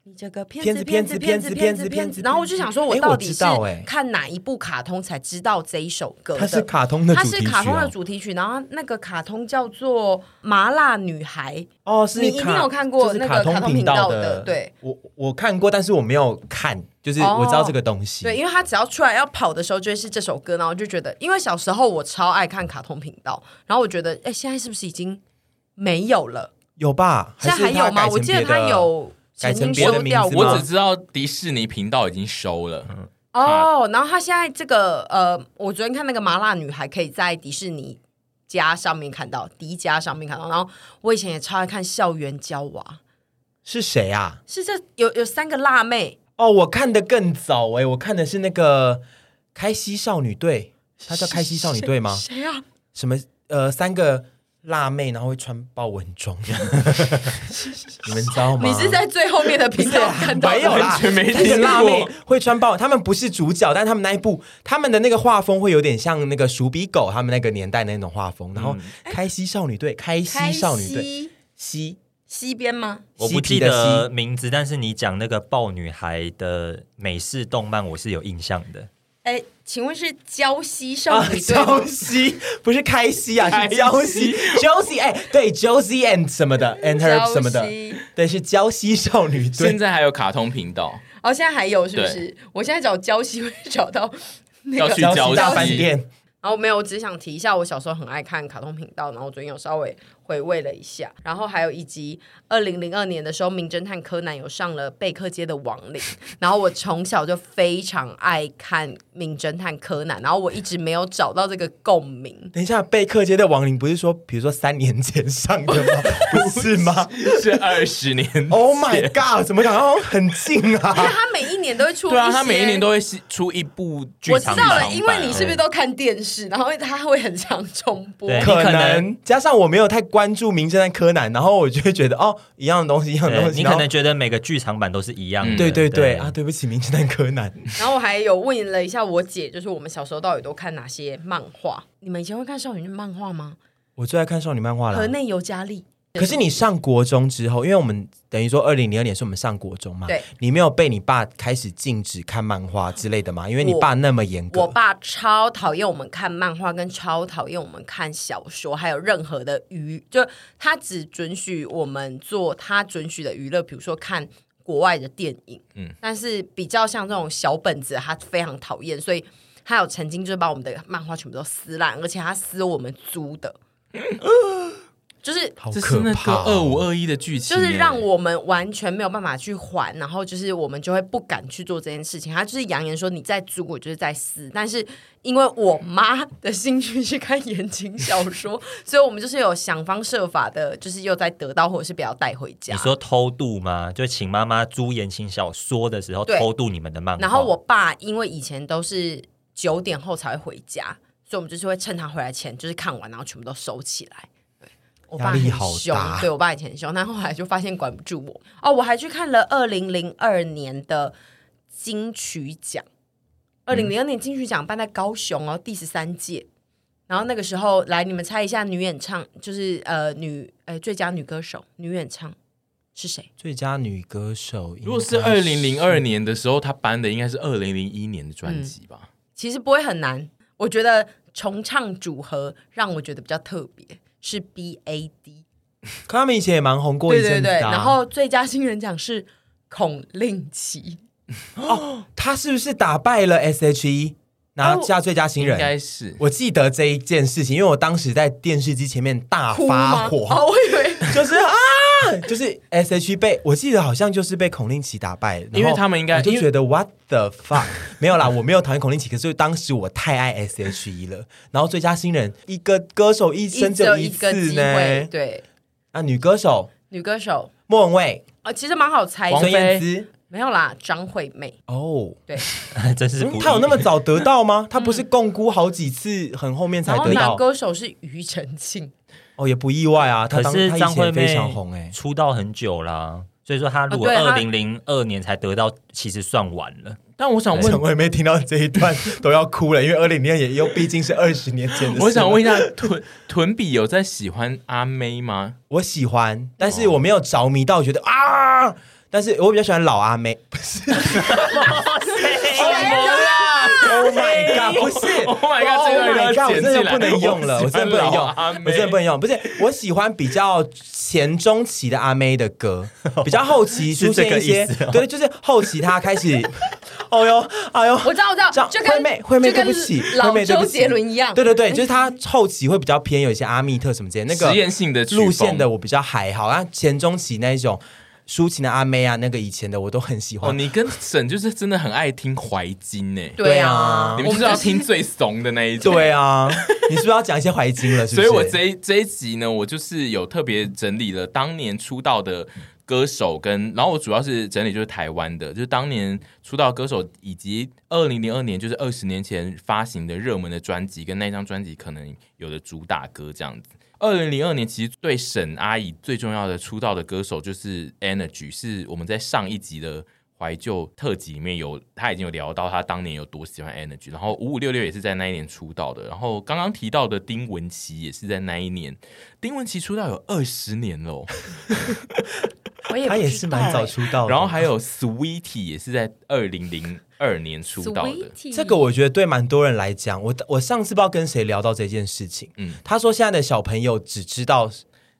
Speaker 3: 你这个骗
Speaker 1: 骗
Speaker 3: 子
Speaker 1: 子
Speaker 3: 骗子骗
Speaker 1: 骗
Speaker 3: 子
Speaker 1: 子
Speaker 3: 骗
Speaker 1: 骗
Speaker 3: 子
Speaker 1: 子
Speaker 3: 骗
Speaker 1: 骗子
Speaker 3: 子，然后我就想说，我
Speaker 1: 诶
Speaker 3: 到
Speaker 1: 我
Speaker 3: 底
Speaker 1: 知
Speaker 3: 是
Speaker 1: 道诶
Speaker 3: 看哪一部卡通才知道这一首歌的？
Speaker 1: 它是卡通的
Speaker 3: 它
Speaker 1: 主
Speaker 3: 是
Speaker 1: 题曲、哦，
Speaker 3: 卡通的主题曲，然后那个卡通叫做《麻辣女孩》，
Speaker 1: 哦，是
Speaker 3: 你一定
Speaker 1: 卡
Speaker 3: 有看过
Speaker 1: 就是
Speaker 3: 那个
Speaker 1: 卡
Speaker 3: 卡通
Speaker 1: 通
Speaker 3: 频
Speaker 1: 频
Speaker 3: 道
Speaker 1: 道
Speaker 3: 的对，
Speaker 1: 我我看过，但是我没有看，就是
Speaker 3: 哦
Speaker 1: 我知道这个东西。
Speaker 3: 对，因为他只要出来要跑的时候，就会是这首歌，然后我就觉得，因为小时候我超爱看卡通频道，然后我觉得，哎，现在是不是已经没有了？
Speaker 1: 有吧？
Speaker 3: 现在
Speaker 1: 还
Speaker 3: 还
Speaker 1: 是它
Speaker 3: 有吗？
Speaker 1: 改成
Speaker 3: 我记得
Speaker 1: 别的
Speaker 3: 他有曾
Speaker 1: 改成
Speaker 3: 经
Speaker 1: 别的
Speaker 3: 收掉
Speaker 1: 名字
Speaker 3: 过
Speaker 1: 吗嗯
Speaker 2: 我只知道迪士尼频道已经收了，嗯
Speaker 3: 哦，然后他现在这个呃，我昨天看那个麻辣女孩可以在迪士尼家上面看到，迪迦上面看到，然后我以前也超爱看校园娇娃，
Speaker 1: 是谁啊？
Speaker 3: 是这有有三个辣妹。
Speaker 1: 哦，我看的更早哎、我看的是那个开西少女队，她叫开西少女队吗？
Speaker 3: 谁啊？
Speaker 1: 什么呃，三个辣妹，然后会穿豹纹装， 你们知道吗？啊
Speaker 3: 你是在最后面的频道看到的？
Speaker 1: 没有啦，
Speaker 2: 完全没
Speaker 1: 那个
Speaker 2: 听
Speaker 1: 辣
Speaker 2: 过
Speaker 1: 妹会穿豹，他们不是主角，但他们那一部，他们的那个画风会有点像那个鼠比狗他们那个年代的那种画风。然后
Speaker 2: 嗯
Speaker 1: 开西少女队，开西少女队，
Speaker 3: 西
Speaker 1: 西
Speaker 3: 西边吗？
Speaker 4: 我不记
Speaker 1: 嬉皮的
Speaker 4: 得
Speaker 1: 嬉
Speaker 4: 名字，但是你讲那个豹女孩的美式动漫，我是有印象的。
Speaker 3: 哎，请问是娇西少
Speaker 1: 啊，
Speaker 3: 女队吗
Speaker 1: 娇？西不是开西啊，
Speaker 2: 开
Speaker 1: 是
Speaker 2: 西
Speaker 1: 娇西，Josie 哎，对，Josie and 什么的，and her 什么的
Speaker 3: 娇，西
Speaker 1: 对，是娇西少女
Speaker 2: 现
Speaker 1: 队。
Speaker 2: 在还有卡通 频道，
Speaker 3: 哦，现在还有是不是？我现在找娇西会找到那
Speaker 2: 要
Speaker 3: 个
Speaker 2: 去。
Speaker 1: 娇
Speaker 2: 娇
Speaker 1: 西
Speaker 2: 西
Speaker 1: 大饭店，
Speaker 3: 然后没有，我只是想提一下，我小时候很爱看卡通频道，然后我昨天有稍微回味了一下。然后还有一集，二零零二年的时候，《名侦探柯南》有上了贝克街的亡灵，然后我从小就非常爱看《名侦探柯南》，然后我一直没有找到这个共鸣。
Speaker 1: 等一下，贝克街的亡灵不是说，比如说三年前上的吗？不是吗
Speaker 2: 是二十年
Speaker 1: ？Oh my god！怎么感觉好像很近
Speaker 3: 因
Speaker 1: 啊
Speaker 3: 为？他每一年都会出一些，
Speaker 2: 对啊，他每一年都会出一部剧
Speaker 3: 我知
Speaker 2: 场
Speaker 3: 道了，
Speaker 2: 版，啊
Speaker 3: 因为你是不是都看电视，然后他会很常重播。
Speaker 4: 对
Speaker 1: 可
Speaker 4: 你可
Speaker 1: 能
Speaker 4: 能
Speaker 1: 加上我没有太关注《名侦探柯南》，然后我就会觉得哦，一样的东西，一样的
Speaker 4: 对
Speaker 1: 东西。
Speaker 4: 你可
Speaker 1: 然
Speaker 4: 能
Speaker 1: 后
Speaker 4: 觉得每个剧场版都是一样的，
Speaker 2: 嗯
Speaker 1: 对对对
Speaker 4: 对
Speaker 1: 啊，对不起，《名侦探柯南》
Speaker 3: 然后我还有问了一下我姐，就是我们小时候到底都看哪些漫画？你们以前会看少女漫画吗？
Speaker 1: 我最爱看少女漫画
Speaker 3: 河
Speaker 1: 了。
Speaker 3: 内尤加利。
Speaker 1: 可是你上国中之后，因为我们等于说二零零二年是我们上国中嘛，
Speaker 3: 对，
Speaker 1: 你没有被你爸开始禁止看漫画之类的嘛？因为你
Speaker 3: 我
Speaker 1: 爸那么严格，
Speaker 3: 我爸超讨厌我们看漫画，跟超讨厌我们看小说，还有任何的娱，就他只准许我们做他准许的娱乐，比如说看国外的电影，嗯
Speaker 2: 嗯，
Speaker 3: 但是比较像这种小本子，他非常讨厌，所以他有 曾经就是把我们的漫画全部都撕烂，而且他撕我们租的。就是
Speaker 1: 好
Speaker 2: 这是
Speaker 1: 可
Speaker 2: 那个
Speaker 1: 怕
Speaker 2: 二
Speaker 1: 哦、
Speaker 2: 五二一的剧情
Speaker 3: 就
Speaker 2: 耶，
Speaker 3: 是让我们完全没有办法去还，然后就是我们就会不敢去做这件事情。他就是扬言说你再租我就是在撕，但是因为我妈的兴趣是看言情小说，所以我们就是有想方设法的，就是又在得到或者是不要带回家
Speaker 4: 你。说偷渡吗？就请妈妈租言情小说的时候
Speaker 3: 对
Speaker 4: 偷渡你们的漫画，
Speaker 3: 然后我爸因为以前都是九点后才会回家，所以我们就是会趁他回来前就是看完，然后全部都收起来。对，我爸
Speaker 1: 压力
Speaker 3: 很
Speaker 1: 好
Speaker 3: 凶
Speaker 1: 大，
Speaker 3: 对我爸以前很凶，但后来就发现管不住我。哦，我还去看了二零零二年的金曲奖，二零零二年金曲奖办在高雄哦，第十三届。然后那个时候，来你们猜一下，女演唱就是呃女呃最佳女歌手，女演唱是谁？
Speaker 1: 最佳女歌手，
Speaker 2: 如果是二零零二年的时候，他颁的应该是二零零一年的专辑吧？
Speaker 3: 其实不会很难。我觉得重唱组合让我觉得比较特别，是 B A D，
Speaker 1: 可他们以前也蛮红过一
Speaker 3: 对
Speaker 1: 阵
Speaker 3: 对
Speaker 1: 子、啊、
Speaker 3: 对。然后最佳新人奖是孔令奇，
Speaker 1: 他是不是打败了 S.H.E 拿下最佳新
Speaker 2: 应
Speaker 3: 哦
Speaker 1: 人？
Speaker 2: 该是。
Speaker 1: 我记得这一件事情，因为我当时在电视机前面大
Speaker 3: 哭
Speaker 1: 发
Speaker 3: 吗？
Speaker 1: 火，
Speaker 3: 哦，我 以为
Speaker 1: 就是啊，就是 S.H.E 被我记得好像就是被孔令奇打败，然后
Speaker 2: 因为他们应该
Speaker 1: 我就
Speaker 2: 因为
Speaker 1: 觉得 What the fuck 没有啦，我没有讨厌孔令奇，可是当时我太爱 S.H.E 了。然后最佳新人，一个歌手一生只
Speaker 3: 只
Speaker 1: 有
Speaker 3: 一个
Speaker 1: 次
Speaker 3: 机会
Speaker 1: 呢，，
Speaker 3: 对，
Speaker 1: 啊，女歌手
Speaker 3: 女歌手
Speaker 1: 莫文蔚、
Speaker 3: 哦，其实蛮好猜
Speaker 2: 王
Speaker 1: 孙
Speaker 2: 菲
Speaker 3: 的，
Speaker 1: 燕姿，
Speaker 3: 没有啦，张惠妹，
Speaker 1: 哦。
Speaker 3: 对，
Speaker 4: 真是不
Speaker 1: 嗯
Speaker 4: 易
Speaker 1: 他有那么早得到 吗？他不是共估好几次，很后面才
Speaker 3: 然后
Speaker 1: 得
Speaker 3: 男
Speaker 1: 到
Speaker 3: 歌手是庾澄 庆，
Speaker 1: 哦，也不意外啊。他
Speaker 4: 可
Speaker 1: 当
Speaker 4: 是
Speaker 1: 他以
Speaker 4: 张
Speaker 1: 前
Speaker 4: 惠妹
Speaker 1: 非常红哎、
Speaker 4: 出道很久啦，所以说她如果
Speaker 3: 哦对她
Speaker 4: 二零零二年才得到，其实算晚了。
Speaker 2: 但我想
Speaker 1: 张
Speaker 2: 问，
Speaker 1: 惠妹听到这一 段都要哭了，因为二零年也又毕竟是二十年前的事。
Speaker 2: 我想问一下，屯屯比有在喜欢阿妹吗？
Speaker 1: 我喜欢，但是我没有着迷到觉得啊，但是我比较喜欢老阿妹。不是
Speaker 3: 哦
Speaker 1: ，Oh my god，不是
Speaker 2: Oh my god，
Speaker 1: ，Oh
Speaker 2: 这段
Speaker 1: my
Speaker 2: 要
Speaker 1: god，我
Speaker 2: 剪
Speaker 1: 真
Speaker 2: 进
Speaker 1: 的
Speaker 2: 来，
Speaker 1: 不能用了，我
Speaker 2: 喜
Speaker 1: 真
Speaker 2: 欢
Speaker 1: 的不能
Speaker 2: 老
Speaker 1: 用
Speaker 2: 阿，妹
Speaker 1: 我真的不能用。不是，我喜欢比较前中期的阿妹的 歌，比较后期出现一些
Speaker 4: 是这个意思哦，
Speaker 1: 对，就是后期她开 始，哦呦，哎呦，
Speaker 3: 我知道我知 道，
Speaker 1: 张
Speaker 3: 就
Speaker 1: 惠
Speaker 3: 跟
Speaker 1: 妹，惠妹
Speaker 3: 就
Speaker 1: 对
Speaker 3: 跟
Speaker 1: 不起，惠
Speaker 3: 老
Speaker 1: 妹对不
Speaker 3: 周
Speaker 1: 起
Speaker 3: 杰伦一样，嗯
Speaker 1: 对对对，就是他后期会比较偏有一些阿密特什么之类，那个
Speaker 2: 实验性的曲风
Speaker 1: 路线的，我比较还好，啊，前中期那一种抒情的阿妹啊，那个以前的我都很喜
Speaker 2: 哦，
Speaker 1: 欢。
Speaker 2: 你跟沈就是真的很爱听怀金呢、
Speaker 3: 对
Speaker 1: 对啊
Speaker 3: 啊，
Speaker 2: 你
Speaker 3: 我
Speaker 2: 们
Speaker 3: 们
Speaker 2: 就是要听最怂的那一种。
Speaker 1: 对啊，你是不是要讲一些怀金了？是不
Speaker 2: 所
Speaker 1: 是
Speaker 2: 以我这一这一集呢，我就是有特别整理了当年出道的歌手跟，然后我主要是整理就是台湾的，就是当年出道歌手以及二零零二年就是二十年前发行的热门的专辑跟那张专辑可能有的主打歌这样子。二零零二年其实对沈阿姨最重要的出道的歌手就是 Energy，是我们在上一集的。怀旧特辑里面有，他已经有聊到他当年有多喜欢 Energy，然后五五六六也是在那一年出道的，然后刚刚提到的丁文琪也是在那一年，丁文琪出道有二十年哦喽，
Speaker 3: 我也
Speaker 1: 他也
Speaker 3: 不
Speaker 1: 是
Speaker 3: 知道
Speaker 1: 蛮早
Speaker 3: 欸
Speaker 1: 出道的，
Speaker 2: 然后还有 Sweetie 也是在二零零二年出道的，
Speaker 3: Sweetie
Speaker 1: 这个我觉得对蛮多人来讲，我我上次不知道跟谁聊到这件事情，
Speaker 2: 嗯
Speaker 1: 嗯，他说现在的小朋友只知道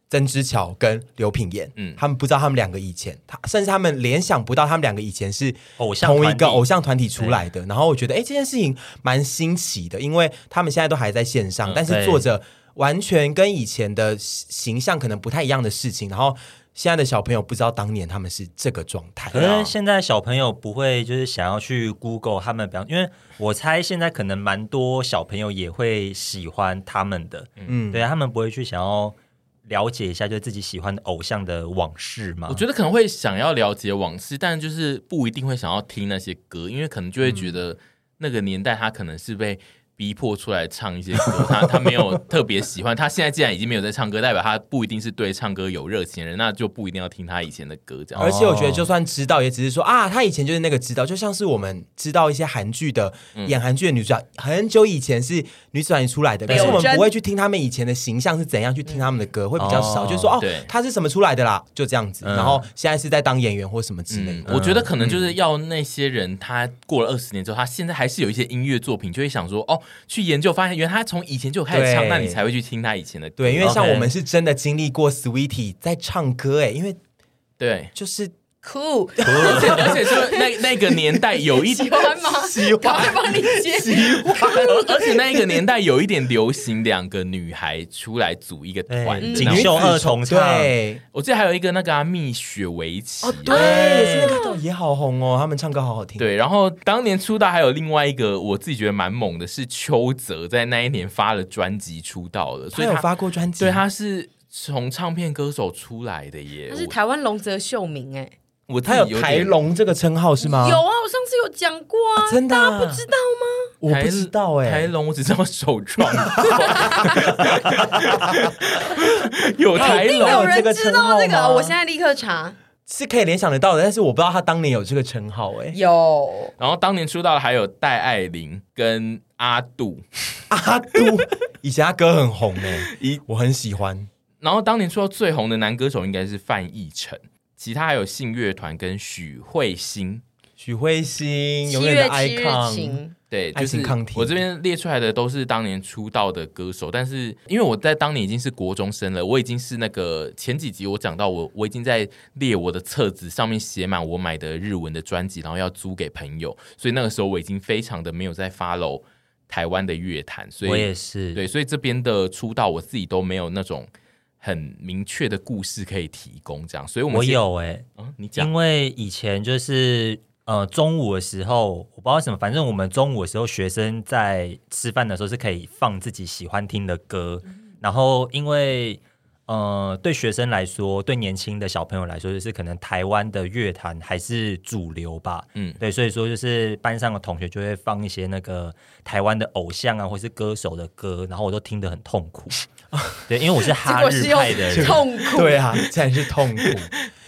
Speaker 1: 曾之乔跟刘品言，
Speaker 2: 嗯
Speaker 1: 嗯，他们不知道他们两个以前，他甚至他们联想不到他们两个以前是
Speaker 4: 哦偶像
Speaker 1: 同一
Speaker 4: 团体
Speaker 1: 个偶像团体出来的。然后我觉得，哎，这件事情蛮新奇的，因为他们现在都还在线上，但是
Speaker 4: 嗯对
Speaker 1: 做着完全跟以前的形形象可能不太一样的事情，然后。现在的小朋友不知道当年他们是这个状态，
Speaker 4: 可是现在小朋友不会就是想要去 Google 他们，比方，因为我猜现在可能蛮多小朋友也会喜欢他们的，
Speaker 1: 嗯，
Speaker 4: 对啊，他们不会去想要了解一下就是自己喜欢的偶像的往事嘛？
Speaker 2: 我觉得可能会想要了解往事，但就是不一定会想要听那些歌，因为可能就会觉得那个年代他可能是被逼迫出来唱一些歌，他他没有特别喜欢。他现在既然已经没有在唱歌，代表他不一定是对唱歌有热情的人，那就不一定要听他以前的歌这样。
Speaker 1: 而且我觉得，
Speaker 4: 哦
Speaker 1: 就算知道，也只是说啊，他以前就是那个知道，就像是我们知道一些韩剧的、演韩剧的女主角，很久以前是女主角出来的，可
Speaker 4: 对
Speaker 1: 是我
Speaker 3: 柳
Speaker 1: 们
Speaker 3: 珍
Speaker 1: 不会去听他们以前的形象是怎样去听他们的歌，会比较少，
Speaker 4: 哦
Speaker 1: 就是说哦
Speaker 2: 对，
Speaker 1: 他是什么出来的啦，就这样子。
Speaker 4: 嗯
Speaker 1: 然后现在是在当演员或什么之类
Speaker 2: 嗯
Speaker 1: 的，，
Speaker 2: 我觉得可能就是要那些人，他过了二十年之后，他现在还是有一些音乐作品，就会想说哦，去研究发现，原来他从以前就有开始唱，
Speaker 1: 对
Speaker 2: 那你才会去听他以前的歌。
Speaker 1: 对，因为像
Speaker 4: OK
Speaker 1: 我们是真的经历过 Sweetie 在唱歌，哎，因为
Speaker 2: 对，
Speaker 1: 就是
Speaker 3: 酷，
Speaker 2: 而且而且是那那个年代有一
Speaker 3: 喜欢吗？
Speaker 1: 喜欢
Speaker 3: 赶快帮你接。
Speaker 2: 而而且那个年代有一点流行两个女孩出来组一个团，
Speaker 4: 对
Speaker 2: 然后
Speaker 4: 锦绣二重唱
Speaker 1: 对，
Speaker 2: 我记得还有一个那个、啊、蜜雪围棋。
Speaker 1: 哦对，现在看到也好红哦，他们唱歌好好听。
Speaker 2: 对，然后当年出道还有另外一个我自己觉得蛮猛的是邱泽，在那一年发了专辑出道的，所
Speaker 1: 他
Speaker 2: 以
Speaker 1: 有
Speaker 2: 他
Speaker 1: 发过专辑，
Speaker 2: 对他是从唱片歌手出来的耶
Speaker 3: 他。是台湾龙泽秀明哎、
Speaker 2: 我我自
Speaker 1: 他
Speaker 2: 己
Speaker 1: 有
Speaker 2: 有
Speaker 1: 台
Speaker 2: 点
Speaker 1: 龙这个称号是吗？
Speaker 3: 有啊，我上次有讲过啊，
Speaker 1: 真的啊
Speaker 3: 大家不知道吗？
Speaker 1: 我
Speaker 2: 台
Speaker 1: 不知道哎、
Speaker 2: 台龙我只知道首创， 有台
Speaker 1: 一定
Speaker 2: 龙
Speaker 1: 有
Speaker 3: 有
Speaker 1: 这个
Speaker 3: 人知道这
Speaker 1: 称号
Speaker 3: 个，哦
Speaker 1: 吗
Speaker 3: 我现在立刻查。
Speaker 1: 是可以联想得到的，但是我不知道他当年有这个称号哎、
Speaker 3: 有，
Speaker 2: 然后当年出道的还有戴爱玲跟阿杜，
Speaker 1: 阿杜 以前他歌很红哎、
Speaker 2: 一
Speaker 1: 我很喜欢。
Speaker 2: 然后当年出道最红的男歌手应该是范逸臣，其他还有信乐团跟许慧欣。
Speaker 1: 许慧欣
Speaker 3: 七
Speaker 1: 永远的
Speaker 3: 月七日
Speaker 1: icon，
Speaker 3: 晴，
Speaker 2: 对，
Speaker 1: 爱
Speaker 2: 就是
Speaker 1: 情抗体
Speaker 2: 我这边列出来的都是当年出道的歌手，但是因为我在当年已经是国中生了，我已经是那个前几集我讲到我我已经在列我的册子上面写满我买的日文的专辑，然后要租给朋友，所以那个时候我已经非常的没有在 follow 台湾的乐坛，所以
Speaker 4: 我也是，
Speaker 2: 对，所以这边的出道我自己都没有那种很明确的故事可以提供，这样，所以我们
Speaker 4: 我
Speaker 2: 先、
Speaker 4: 有哎、
Speaker 2: 嗯，你讲
Speaker 4: 因为以前就是呃中午的时候，我不知道为什么，反正我们中午的时候，学生在吃饭的时候是可以放自己喜欢听的歌，
Speaker 3: 嗯
Speaker 4: 然后因为。呃，对学生来说，对年轻的小朋友来说，就是可能台湾的乐坛还是主流吧，
Speaker 2: 嗯
Speaker 4: 对，所以说就是班上的同学就会放一些那个台湾的偶像啊，或是歌手的歌，然后我都听得很 痛苦，对，因为我是
Speaker 3: 结
Speaker 4: 哈
Speaker 3: 果
Speaker 4: 日
Speaker 3: 是用
Speaker 4: 派的人，
Speaker 3: 痛苦。
Speaker 1: 对啊，这然是痛苦，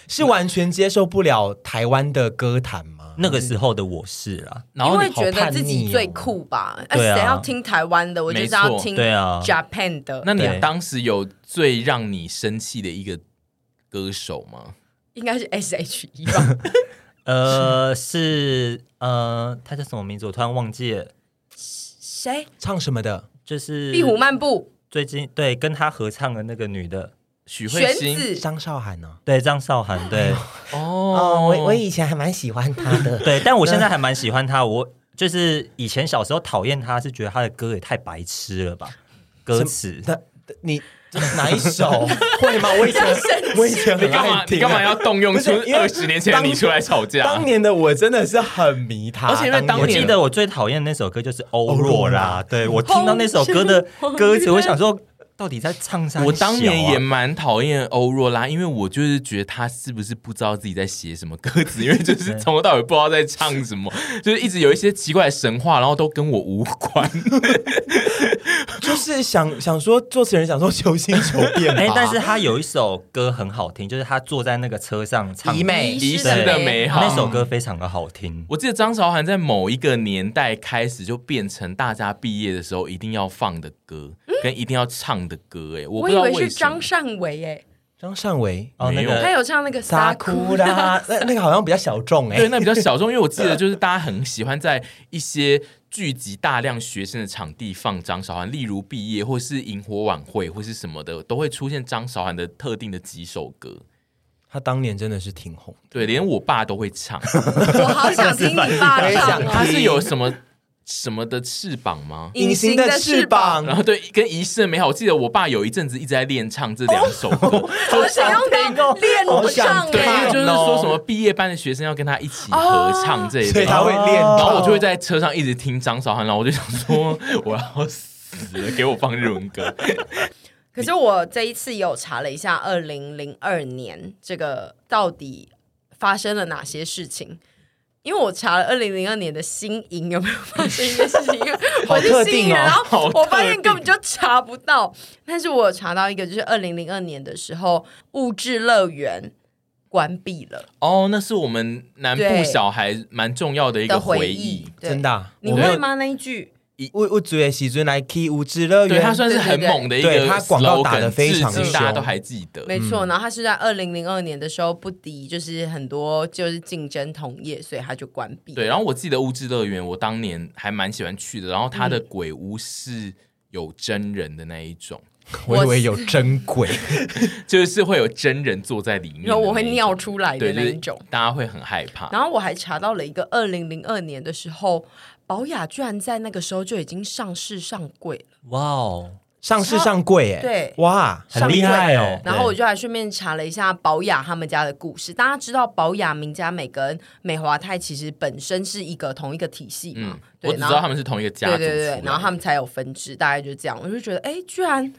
Speaker 1: 是完全接受不了台湾的歌坛吗？
Speaker 4: 那个时候的我是啦，
Speaker 2: 然后
Speaker 3: 因
Speaker 2: 你
Speaker 3: 为觉
Speaker 1: 好
Speaker 3: 得
Speaker 1: 叛
Speaker 3: 自己
Speaker 1: 逆
Speaker 3: 最
Speaker 1: 哦
Speaker 3: 酷吧？哎、
Speaker 4: 对啊
Speaker 3: 谁要听台湾的？我就是要听
Speaker 4: 对啊
Speaker 3: Japan 的。
Speaker 2: 那你
Speaker 4: 对
Speaker 2: 当时有最让你生气的一个歌手吗？
Speaker 3: 应该是 S.H.E 吧？
Speaker 4: 呃，是呃，他叫什么名字？我突然忘记了。
Speaker 3: 谁？
Speaker 1: 唱什么的？
Speaker 4: 就是
Speaker 3: 壁虎漫步，
Speaker 4: 最近对跟他合唱的那个女的，
Speaker 2: 许慧
Speaker 3: 玄
Speaker 2: 欣
Speaker 3: 子，
Speaker 1: 张韶涵呢、
Speaker 4: 对张韶涵， 对
Speaker 2: 哦，
Speaker 1: 前还蛮喜欢他 的，
Speaker 4: 对，但我现在还蛮喜欢她。我就是以前小时候讨厌她，是觉得她的歌也太白痴了吧，歌词。
Speaker 1: 那你哪一首会吗？我以前我以前
Speaker 2: 你
Speaker 1: 很
Speaker 2: 干嘛
Speaker 1: 爱？
Speaker 2: 你
Speaker 1: 听啊、
Speaker 2: 干嘛要动用
Speaker 1: 不
Speaker 2: 出
Speaker 1: 是因为
Speaker 2: 二十年前的你出来吵架？
Speaker 1: 当年的我真的是很迷他，
Speaker 2: 而且因为当
Speaker 4: 我
Speaker 1: 年
Speaker 2: 年
Speaker 4: 记得我最讨厌的那首歌就是《欧
Speaker 1: 欧若
Speaker 4: 若拉
Speaker 1: 拉》，
Speaker 4: 对
Speaker 2: 哦
Speaker 4: 我听到那首歌的 歌词，
Speaker 3: 红
Speaker 4: 我想说到底在唱啥、啊
Speaker 2: 我当年
Speaker 1: 啊
Speaker 2: 也蛮讨厌欧若拉，因为我就是觉得她是不是不知道自己在写什么歌词，因为就是从头到尾不知道在唱什么，就是一直有一些奇怪的神话，然后都跟我无关。
Speaker 1: 就是想想说，作词人想说求新求变吧，
Speaker 4: 哎、但是她有一首歌很好听，就是她坐在那个车上唱
Speaker 1: 怡美
Speaker 2: 遗
Speaker 3: 失
Speaker 2: 失的美好
Speaker 4: 那首歌非常的好听。
Speaker 2: 我记得张韶涵在某一个年代开始就变成大家毕业的时候一定要放的歌，跟一定要唱的歌、哎，我不
Speaker 3: 嗯我
Speaker 2: 知
Speaker 3: 以
Speaker 2: 道
Speaker 3: 为
Speaker 2: 为
Speaker 3: 是
Speaker 2: 什么
Speaker 3: 张。善伟欸诶，
Speaker 1: 张善伟
Speaker 4: 哦，那
Speaker 2: 没有
Speaker 4: 个
Speaker 3: 他有唱那个
Speaker 1: 撒
Speaker 3: 哭
Speaker 1: 哭啦， 那那个好像比较小众哎、
Speaker 2: 对，那比较小众，因为我记得就是大家很喜欢在一些聚集大量学生的场地放张韶涵，例如毕业或是萤火晚会或是什么的，都会出现张韶涵的特定的几首歌。
Speaker 1: 他当年真的是挺红，
Speaker 2: 对，连我爸都会 唱。
Speaker 3: 我好想听你爸唱
Speaker 2: 他
Speaker 3: 哦。
Speaker 2: 是有什么什么的翅膀吗？
Speaker 1: 隐形的翅膀
Speaker 2: 然后对，跟遗失的美好，我记得我爸有一阵子一直在练唱这两首歌，
Speaker 3: 好想要当练
Speaker 1: 哦好
Speaker 3: 不
Speaker 1: 想
Speaker 3: 上
Speaker 1: 听
Speaker 2: 对，因
Speaker 3: 哎
Speaker 1: 哦，
Speaker 2: 为就是说什么毕业班的学生要跟他一起合唱这一
Speaker 1: 所以
Speaker 2: 类
Speaker 1: 他会练
Speaker 4: 哦
Speaker 1: 到。
Speaker 2: 然后我就会在车上一直听张韶涵，然后我就想说我要死了，给我放日文 歌。
Speaker 3: 可是我这一次有查了一下，二零零二年这个到底发生了哪些事情？因为我查了二零零二年的新营有没有发生一些事情，因为我
Speaker 1: 特
Speaker 3: 是新营
Speaker 1: 定哦
Speaker 3: 人，然
Speaker 2: 好
Speaker 3: 后我发
Speaker 2: 特
Speaker 3: 现
Speaker 2: 定
Speaker 3: 根本就查不到。但是我有查到一个，就是二零零二年的时候，物质乐园关闭了
Speaker 2: 哦，那是我们南部
Speaker 3: 对
Speaker 2: 小孩蛮重要的一
Speaker 3: 的
Speaker 2: 个回
Speaker 3: 忆
Speaker 2: 忆。，
Speaker 3: 对
Speaker 1: 真的啊
Speaker 3: 你
Speaker 1: 我没有
Speaker 3: 会吗？那一句
Speaker 1: 我我主的喜尊来 K 五之乐
Speaker 2: 对，
Speaker 1: 园，
Speaker 2: 它算是很猛的一
Speaker 1: 对
Speaker 2: 个
Speaker 1: 它广告打得
Speaker 2: slogan，
Speaker 1: 非常
Speaker 2: 至今大家
Speaker 1: 凶
Speaker 2: 都还记得。
Speaker 3: 没错，然后他是在二零零二年的时候不敌，就是很多就是竞争同业，所以他就关闭了。
Speaker 2: 对，然后我记得物质乐园，我嗯当年还蛮喜欢去的。然后它的鬼屋是有真人的那一种，
Speaker 1: 我以为有真鬼，
Speaker 2: 就是会有真人坐在里面的那一
Speaker 3: 然
Speaker 2: 种，
Speaker 3: 后我会尿出来的
Speaker 2: 对，
Speaker 3: 那
Speaker 2: 就是
Speaker 3: 一种。
Speaker 2: 大家会很害怕。
Speaker 3: 然后我还查到了一个，二零零二年的时候，宝雅居然在那个时候就已经上市上柜了。
Speaker 4: 哇哦，
Speaker 1: 上市上柜哎，
Speaker 3: 对
Speaker 1: 哇，
Speaker 4: 很厉害哦
Speaker 3: 然后我就还顺便查了一下宝雅他们家的故事。大家知道宝雅、名家美跟美华泰其实本身是一个同一个体系嘛？
Speaker 2: 嗯，
Speaker 3: 对，
Speaker 2: 我只知
Speaker 3: 然后
Speaker 2: 道他们是同一个家
Speaker 3: 对
Speaker 2: 族
Speaker 3: 对对对
Speaker 2: 出，来
Speaker 3: 然后他们才有分支，大概就这样。我就觉得，哎，居然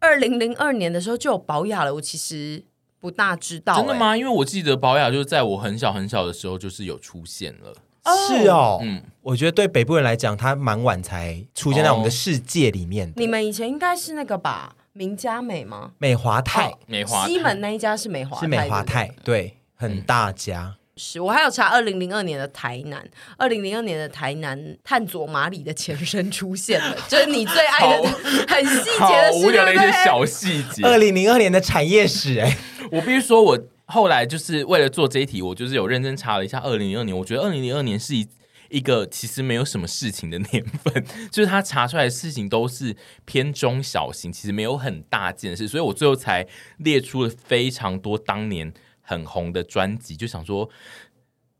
Speaker 3: 二零零二年的时候就有宝雅了，我其实不大知道、
Speaker 2: 真的
Speaker 3: 诶？
Speaker 2: 吗？因为我记得保雅就是在我很小很小的时候就是有出现了，
Speaker 1: 是哦，
Speaker 2: 嗯，
Speaker 1: 我觉得对北部人来讲，他蛮晚才出现在我们的世界里面的。
Speaker 3: 你们以前应该是那个吧？名家美吗？
Speaker 1: 美华泰
Speaker 3: 哦
Speaker 2: 美华泰
Speaker 3: 西门那一家是美华泰
Speaker 1: 是美华
Speaker 3: 对嗯
Speaker 1: 泰
Speaker 3: 不对，
Speaker 1: 对，很大家。
Speaker 3: 是我还有查二零零二年的台南，二零零二年的台南探佐马里的前身出现 了，就是你最爱的
Speaker 2: 好
Speaker 3: 很细
Speaker 2: 好
Speaker 3: 节的事，
Speaker 2: 无聊的一
Speaker 3: 对
Speaker 2: 些
Speaker 3: 不对
Speaker 2: 小细节。
Speaker 1: 二零零二年的产业史，哎，
Speaker 2: 我必须说，我后来就是为了做这一题，我就是有认真查了一下二零零二年。我觉得二零零二年是一一个其实没有什么事情的 年份，就是他查出来的事情都是偏中小型，其实没有很大件事，所以我最后才列出了非常多当年很红的专辑，就想说，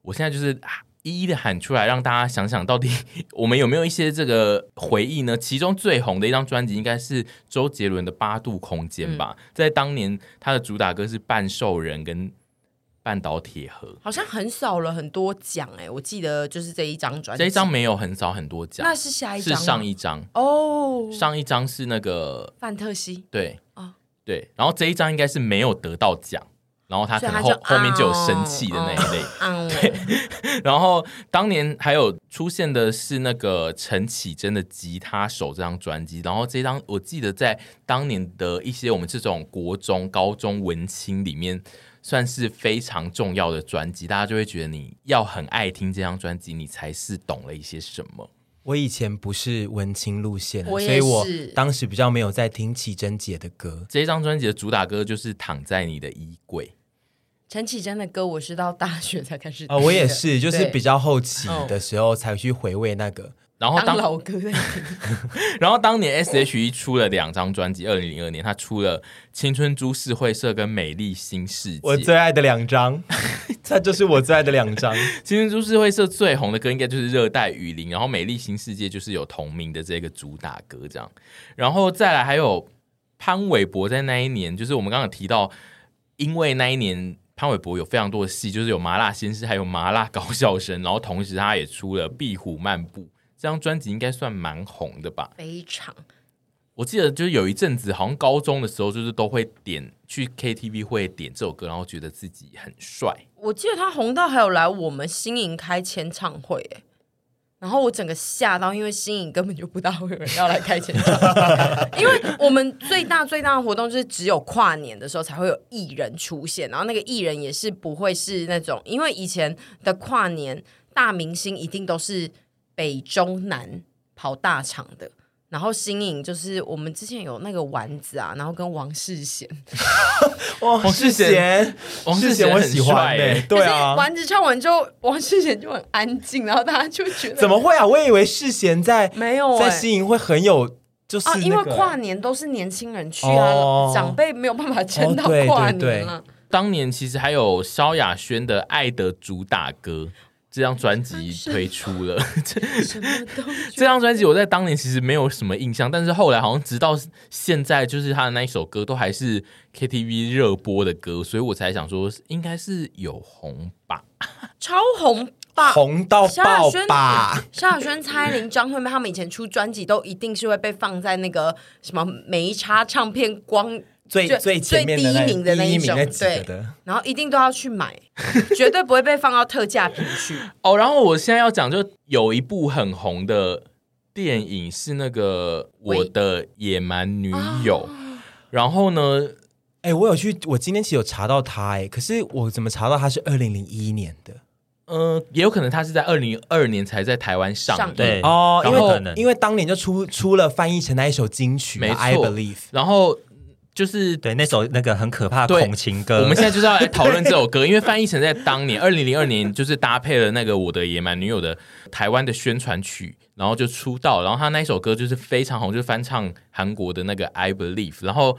Speaker 2: 我现在就是。啊一一的喊出来，让大家想想到底 我们有没有一些这个回忆呢？其中最红的一张专辑应该是周杰伦的《八度空间》吧，
Speaker 3: 嗯
Speaker 2: 在当年他的主打歌是《半兽人》跟《半岛铁盒
Speaker 3: 好像很少了很多奖哎、我记得就是这一张专》，辑，
Speaker 2: 这一张没有很少很多奖
Speaker 3: 那，是下一
Speaker 2: 是
Speaker 3: 张吗
Speaker 2: 上一张，
Speaker 3: 哦，
Speaker 2: 上一张是那个
Speaker 3: 范特西，
Speaker 2: 对
Speaker 3: 啊
Speaker 2: 对，然后这一张应该是没有得到奖，然后他可能
Speaker 3: 所以
Speaker 2: 后
Speaker 3: 他就
Speaker 2: 后面就有
Speaker 3: 哦
Speaker 2: 生气的那一类。
Speaker 3: 嗯，
Speaker 2: 然后当年还有出现的是那个陈绮贞的《吉他手》这张专辑，然后这张我记得在当年的一些我们这种国中、高中文青里面。算是非常重要的专辑，大家就会觉得你要很爱听这张专辑，你才是懂了一些什么。
Speaker 1: 我以前不是文青路线的，
Speaker 3: 我也
Speaker 1: 所以我
Speaker 3: 是
Speaker 1: 当时比较没有在听绮贞姐的歌。
Speaker 2: 这张专辑的主打歌就是《躺在你的衣柜》，
Speaker 3: 陈绮贞的歌我是到大学才开始
Speaker 1: 啊、
Speaker 3: 听
Speaker 1: 我也
Speaker 3: 的
Speaker 1: 是，就是
Speaker 3: 对
Speaker 1: 比较后期的时候才去回味那个。
Speaker 2: 然后
Speaker 3: 当
Speaker 2: 当
Speaker 3: 老歌在听，
Speaker 2: 然后当年 S.H.E 出了两张专辑，二零零二年他出了《青春株式会社》跟《美丽新世界》。
Speaker 1: 我最爱的两 张，它就是我最爱的两张。
Speaker 2: 青春株式会社最红的歌应该就是《热带雨林》，然后《美丽新世界》就是有同名的这个主打歌这样，然后再来还有潘玮柏在那一年，就是我们刚刚有提到，因为那一年潘玮柏有非常多的戏，就是有《麻辣鲜师》，还有《麻辣高校生》，然后同时他也出了《壁虎漫步》这张专辑，应该算蛮红的吧？
Speaker 3: 非常
Speaker 2: 我记得就是有一阵子，好像高中的时候，就是都会点去 KTV 会点这首歌，然后觉得自己很帅。
Speaker 3: 我记得他红到还有来我们新营开签唱会、欸，然后我整个吓到，因为新营根本就不大会有人要来开签唱会，因为我们最大最大的活动就是只有跨年的时候才会有艺人出现，然后那个艺人也是不会是那种，因为以前的跨年大明星一定都是北中南跑大场的。然后新颖就是我们之前有那个丸子啊，然后跟王世贤，
Speaker 1: 王
Speaker 2: 世
Speaker 1: 世
Speaker 2: 贤
Speaker 1: 贤，
Speaker 2: 王世
Speaker 1: 世
Speaker 2: 贤
Speaker 1: 贤我
Speaker 2: 很
Speaker 1: 喜欢
Speaker 2: 帅
Speaker 1: 呢、
Speaker 2: 欸
Speaker 1: 对
Speaker 3: 可
Speaker 1: 啊
Speaker 3: 是。丸子唱完之后，王世贤就很安静，然后大家就觉得
Speaker 1: 怎么会啊？我以为世贤在
Speaker 3: 没有、欸、
Speaker 1: 在西营会很有，就是、那
Speaker 3: 啊？
Speaker 1: 个
Speaker 3: 因为跨年都是年轻人去啊，
Speaker 1: 哦
Speaker 3: 长辈没有办法撑到
Speaker 1: 哦对
Speaker 3: 跨
Speaker 1: 对对
Speaker 3: 年了、
Speaker 2: 当年其实还有萧亚轩的《爱的主打歌》这张专辑推出 了，
Speaker 3: 什么都
Speaker 2: 这张专辑我在当年其实没有什么印象，但是后来好像直到现在，就是他的那一首歌都还是 KTV 热播的歌，所以我才想说应该是有红吧。
Speaker 3: 超红吧。
Speaker 1: 红到
Speaker 3: 萧亚
Speaker 1: 爆
Speaker 3: 轩
Speaker 1: 吧。，
Speaker 3: 萧亚轩、蔡依林、张惠妹他们以前出专辑都一定是会被放在那个什么梅差唱片光
Speaker 1: 最
Speaker 3: 最
Speaker 1: 最前面的那
Speaker 3: 最第一名的那
Speaker 1: 第
Speaker 3: 一
Speaker 1: 一名
Speaker 3: 种
Speaker 1: 那几
Speaker 3: 对
Speaker 1: 个的，
Speaker 3: 然后一定都要 去买，绝对不会被放到特价品去。
Speaker 2: 哦，然后我现在要讲，就有一部很红的电影是那个《我的野蛮女友》，
Speaker 3: 啊
Speaker 2: 然后呢，
Speaker 1: 哎、我有去，我今天其实有查到他、哎，可是我怎么查到他是二零零一年的？
Speaker 2: 呃，也有可能他是在二零二年才在台湾上
Speaker 3: 上
Speaker 2: 映
Speaker 3: 映
Speaker 4: 对
Speaker 1: 哦，因
Speaker 4: 有可
Speaker 1: 为
Speaker 4: 能
Speaker 1: 因为当年就出出了翻译成那一首金曲嘛
Speaker 2: 没错
Speaker 1: ，I Believe。
Speaker 2: 然后就是
Speaker 4: 对那首那个很可怕的
Speaker 2: 对
Speaker 4: 恐情歌，
Speaker 2: 我们现在就是要来讨论这首歌，因为范逸臣在当年二零零二年就是搭配了那个《我的野蛮女友》的台湾的宣传曲，然后就出道，然后他那一首歌就是非常红，就是翻唱韩国的那个《I Believe》，然后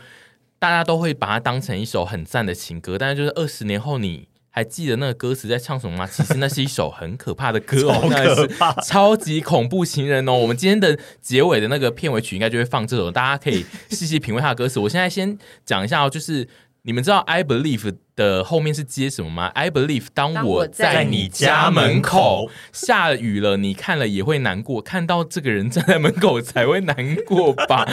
Speaker 2: 大家都会把它当成一首很赞的情歌，但是就是二十年后你。还记得那个歌词在唱什么吗？其实那是一首很可怕的歌 哦，那
Speaker 4: 可
Speaker 2: 是
Speaker 4: 怕
Speaker 2: 超级恐怖情人哦！我们今天的结尾的那个片尾曲应该就会放这首，大家可以细细品味它的歌词。我现在先讲一下哦，就是你们知道 “I believe” 的后面是接什么吗？“I believe” 当
Speaker 3: 当我
Speaker 2: 我
Speaker 3: 在
Speaker 2: 在
Speaker 4: 你
Speaker 2: 你
Speaker 4: 家
Speaker 2: 家
Speaker 4: 门
Speaker 2: 门
Speaker 4: 口
Speaker 2: 口，下雨了，你看了也会难过，看到这个人站在门口才会难过吧。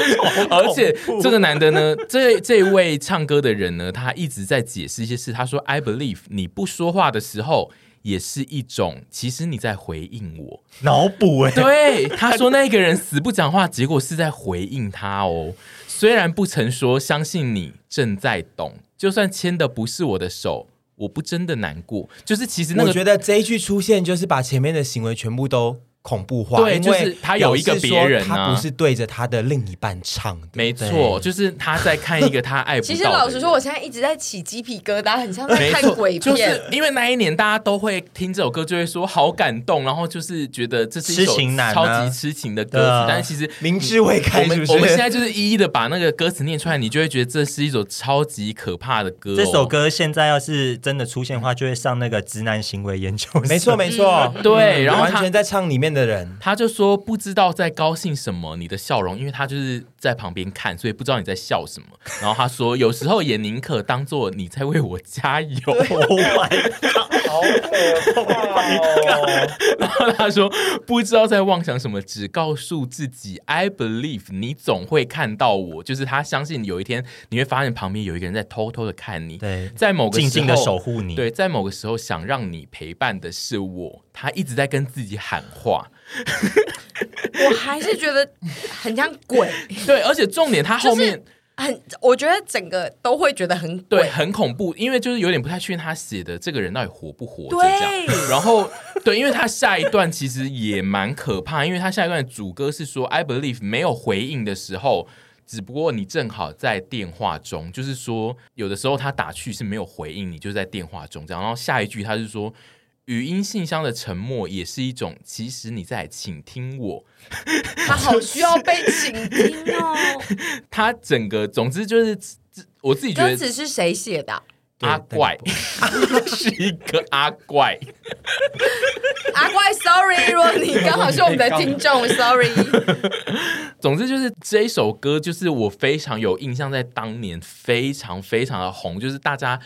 Speaker 2: 而且这个男的呢，这这位唱歌的人呢，他一直在解释一些事。他说：“I believe 你不说话的时候。”也是一种，其实你在回应我。
Speaker 4: 脑补哎，
Speaker 2: 对，他说那个人死不讲话，结果是在回应他哦。虽然不曾说，相信你正在懂。就算牵的不是我的手，我不真的难过。就是其实那
Speaker 1: 我
Speaker 2: 个
Speaker 1: 觉得这一句出现就是把前面的行为全部都恐怖化，
Speaker 2: 对
Speaker 1: 因
Speaker 2: 就是
Speaker 1: 为
Speaker 2: 他有一个
Speaker 1: 表示
Speaker 2: 别
Speaker 1: 说
Speaker 2: 人啊
Speaker 1: 他不是对着他的另一半唱的。
Speaker 2: 没错，就是他在看一个他爱不到。
Speaker 3: 其实老
Speaker 1: 哎
Speaker 3: 实说，，我现在一直在起鸡皮疙瘩，很像在
Speaker 2: 没
Speaker 3: 看
Speaker 2: 错，
Speaker 3: 鬼片。
Speaker 2: 就是因为那一年大家都会听这首歌，就会说好感动，然后就是觉得这是一首
Speaker 4: 痴情男啊
Speaker 2: 超级痴情的歌
Speaker 4: 对
Speaker 2: 词，
Speaker 4: 啊
Speaker 2: 但是其实
Speaker 1: 明知未
Speaker 2: 我
Speaker 1: 开，是
Speaker 2: 们
Speaker 1: 不是？
Speaker 2: 我们现在就是一一的把那个歌词念出来，你就会觉得这是一首超级可怕的歌、哦。
Speaker 4: 这首歌现在要是真的出现的话，就会上那个直男行为研究所。
Speaker 1: 没 错，没错，
Speaker 2: 嗯
Speaker 1: 嗯
Speaker 2: 对，然后
Speaker 1: 完
Speaker 2: 他
Speaker 1: 全在唱里面的人。
Speaker 2: 他就说不知道在高兴什么，你的笑容，因为他就是在旁边看，所以不知道你在笑什么。然后他说，有时候也宁可当做你在为我加油。
Speaker 4: ，Oh my，
Speaker 1: 好可怕！哦
Speaker 2: 然后他说不知道在妄想什么，只告诉自己 I believe 你总会看到我，就是他相信有一天你会发现旁边有一个人在偷偷的看你，
Speaker 4: 对，
Speaker 2: 在某个时
Speaker 4: 静
Speaker 2: 候
Speaker 4: 静的守护你。
Speaker 2: 对，在某个时候想让你陪伴的是我，他一直在跟自己喊话。
Speaker 3: 我还是觉得很像鬼，
Speaker 2: 对，而且重点他后面、
Speaker 3: 很我觉得整个都会觉得很
Speaker 2: 对
Speaker 3: 鬼。
Speaker 2: 很恐怖，因为就是有点不太确定他写的这个人到底活不活着
Speaker 3: 对
Speaker 2: 这样。然后对，因为他下一段其实也蛮可怕，因为他下一段的主歌是说 “I believe” 没有回应的时候。只不过你正好在电话中，就是说有的时候他打去是没有回应你，就在电话中这样。然后下一句他是说，语音信箱的沉默也是一种，其实你在倾听我，
Speaker 3: 他好需要被倾听哦。
Speaker 2: 他整个，总之就是自我自己觉
Speaker 3: 歌
Speaker 2: 得
Speaker 3: 词是谁写的啊？啊
Speaker 2: 阿怪是一个阿怪，
Speaker 3: 阿怪，sorry，如果你刚好是我们的听众，sorry。
Speaker 2: 总之就是这一首歌，就是我非常有印象，在当年非常非常的红，就是大家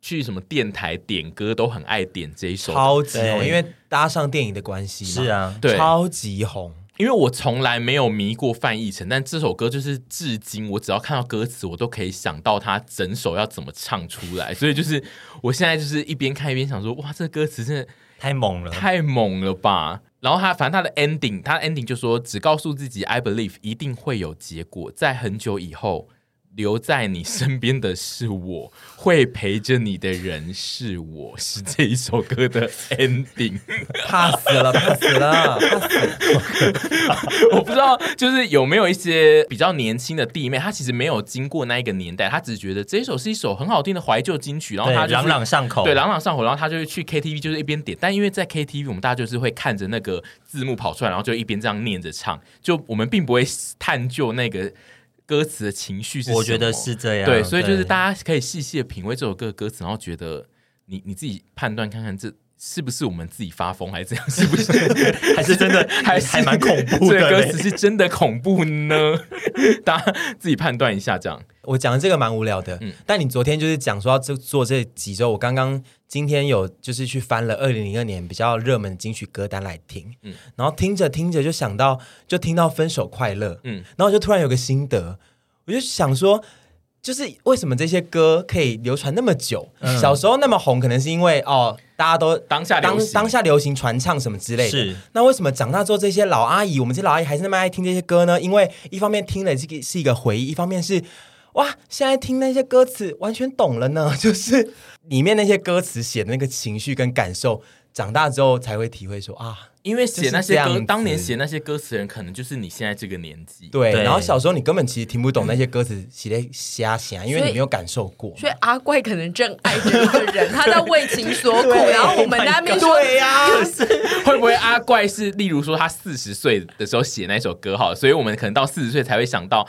Speaker 2: 去什么电台点歌都很爱点这一首，
Speaker 1: 超级红，
Speaker 4: 对
Speaker 1: 因为搭上电影的关系嘛
Speaker 4: 是，啊，
Speaker 2: 对，
Speaker 1: 超级红。
Speaker 2: 因为我从来没有迷过范逸臣，但这首歌就是至今，我只要看到歌词，我都可以想到他整首要怎么唱出来，所以就是我现在就是一边看一边想说，哇，这歌词真的。
Speaker 4: 太猛了。
Speaker 2: 太猛了吧！然后他反正他的 ending，他的 ending 就说只告诉自己 I believe 一定会有结果，在很久以后留在你身边的是我，会陪着你的人是我，是这一首歌的 ending。
Speaker 1: 怕死了，怕死了， 怕死
Speaker 2: 我不知道就是有没有一些比较年轻的弟妹，她其实没有经过那一个年代，她只是觉得这一首是一首很好听的怀旧金曲，然后
Speaker 4: 对
Speaker 2: 她，就是
Speaker 4: 朗朗上口。
Speaker 2: 对，朗朗上口，然后他就会去 KTV，就是一边点，但因为在 KTV，我们大家就是会看着那个字幕跑出来，然后就一边这样念着唱，就我们并不会探究那个歌词的情绪是什么。
Speaker 4: 我觉得是这样。
Speaker 2: 对，所以就是
Speaker 4: 家
Speaker 2: 大家可以细细的品味这首歌的歌词，然后觉得你你自己判断看看这。是不是我们自己发疯，还是这样？是不是
Speaker 4: 还是真的
Speaker 2: 还
Speaker 4: 还
Speaker 2: 是
Speaker 4: 还蛮恐怖
Speaker 2: 这个
Speaker 4: 的
Speaker 2: 歌
Speaker 4: 嘞
Speaker 2: 词。是真的恐怖呢？ 大家自己判断一下，这样。
Speaker 1: 我讲的这个蛮无聊的，
Speaker 2: 嗯
Speaker 1: 但你昨天就是讲说要这做这几周，我刚刚今天有就是去翻了二零零二年比较热门的金曲歌单来听，
Speaker 2: 嗯
Speaker 1: 然后听着听着就想到，就听到《分手快乐》，
Speaker 2: 嗯，
Speaker 1: 然后我就突然有个心得，我就想说，就是为什么这些歌可以流传那么久？小时候那么红，可能是因为哦，大家都
Speaker 2: 嗯当下流
Speaker 1: 当
Speaker 2: 行
Speaker 1: 当下流行传唱什么之类的。
Speaker 4: 是
Speaker 1: 那为什么长大之后这些老阿姨，我们这些老阿姨还是那么爱听这些歌呢？因为一方面听了这个是一个回忆，一方面是。哇！现在听那些歌词，完全懂了呢。 就是里面那些歌词写的那个情绪跟感受，长大之后才会体会说啊，因为
Speaker 2: 写那
Speaker 1: 就是这
Speaker 2: 些
Speaker 1: 样
Speaker 2: 歌，
Speaker 1: 子
Speaker 2: 当年写那些歌词的人，可能就是你现在这个年纪。，
Speaker 1: 对，
Speaker 4: 对
Speaker 1: 然后小时候你根本其实听不懂那些歌词，写在瞎想，因为你没有感受过。
Speaker 3: 所以阿怪可能正爱着一个人，他在为情所苦，
Speaker 1: 对
Speaker 3: 然后我们在那边说，
Speaker 1: 对呀、
Speaker 2: 会不会阿怪是，例如说他四十岁的时候写那首歌好，所以我们可能到四十岁才会想到，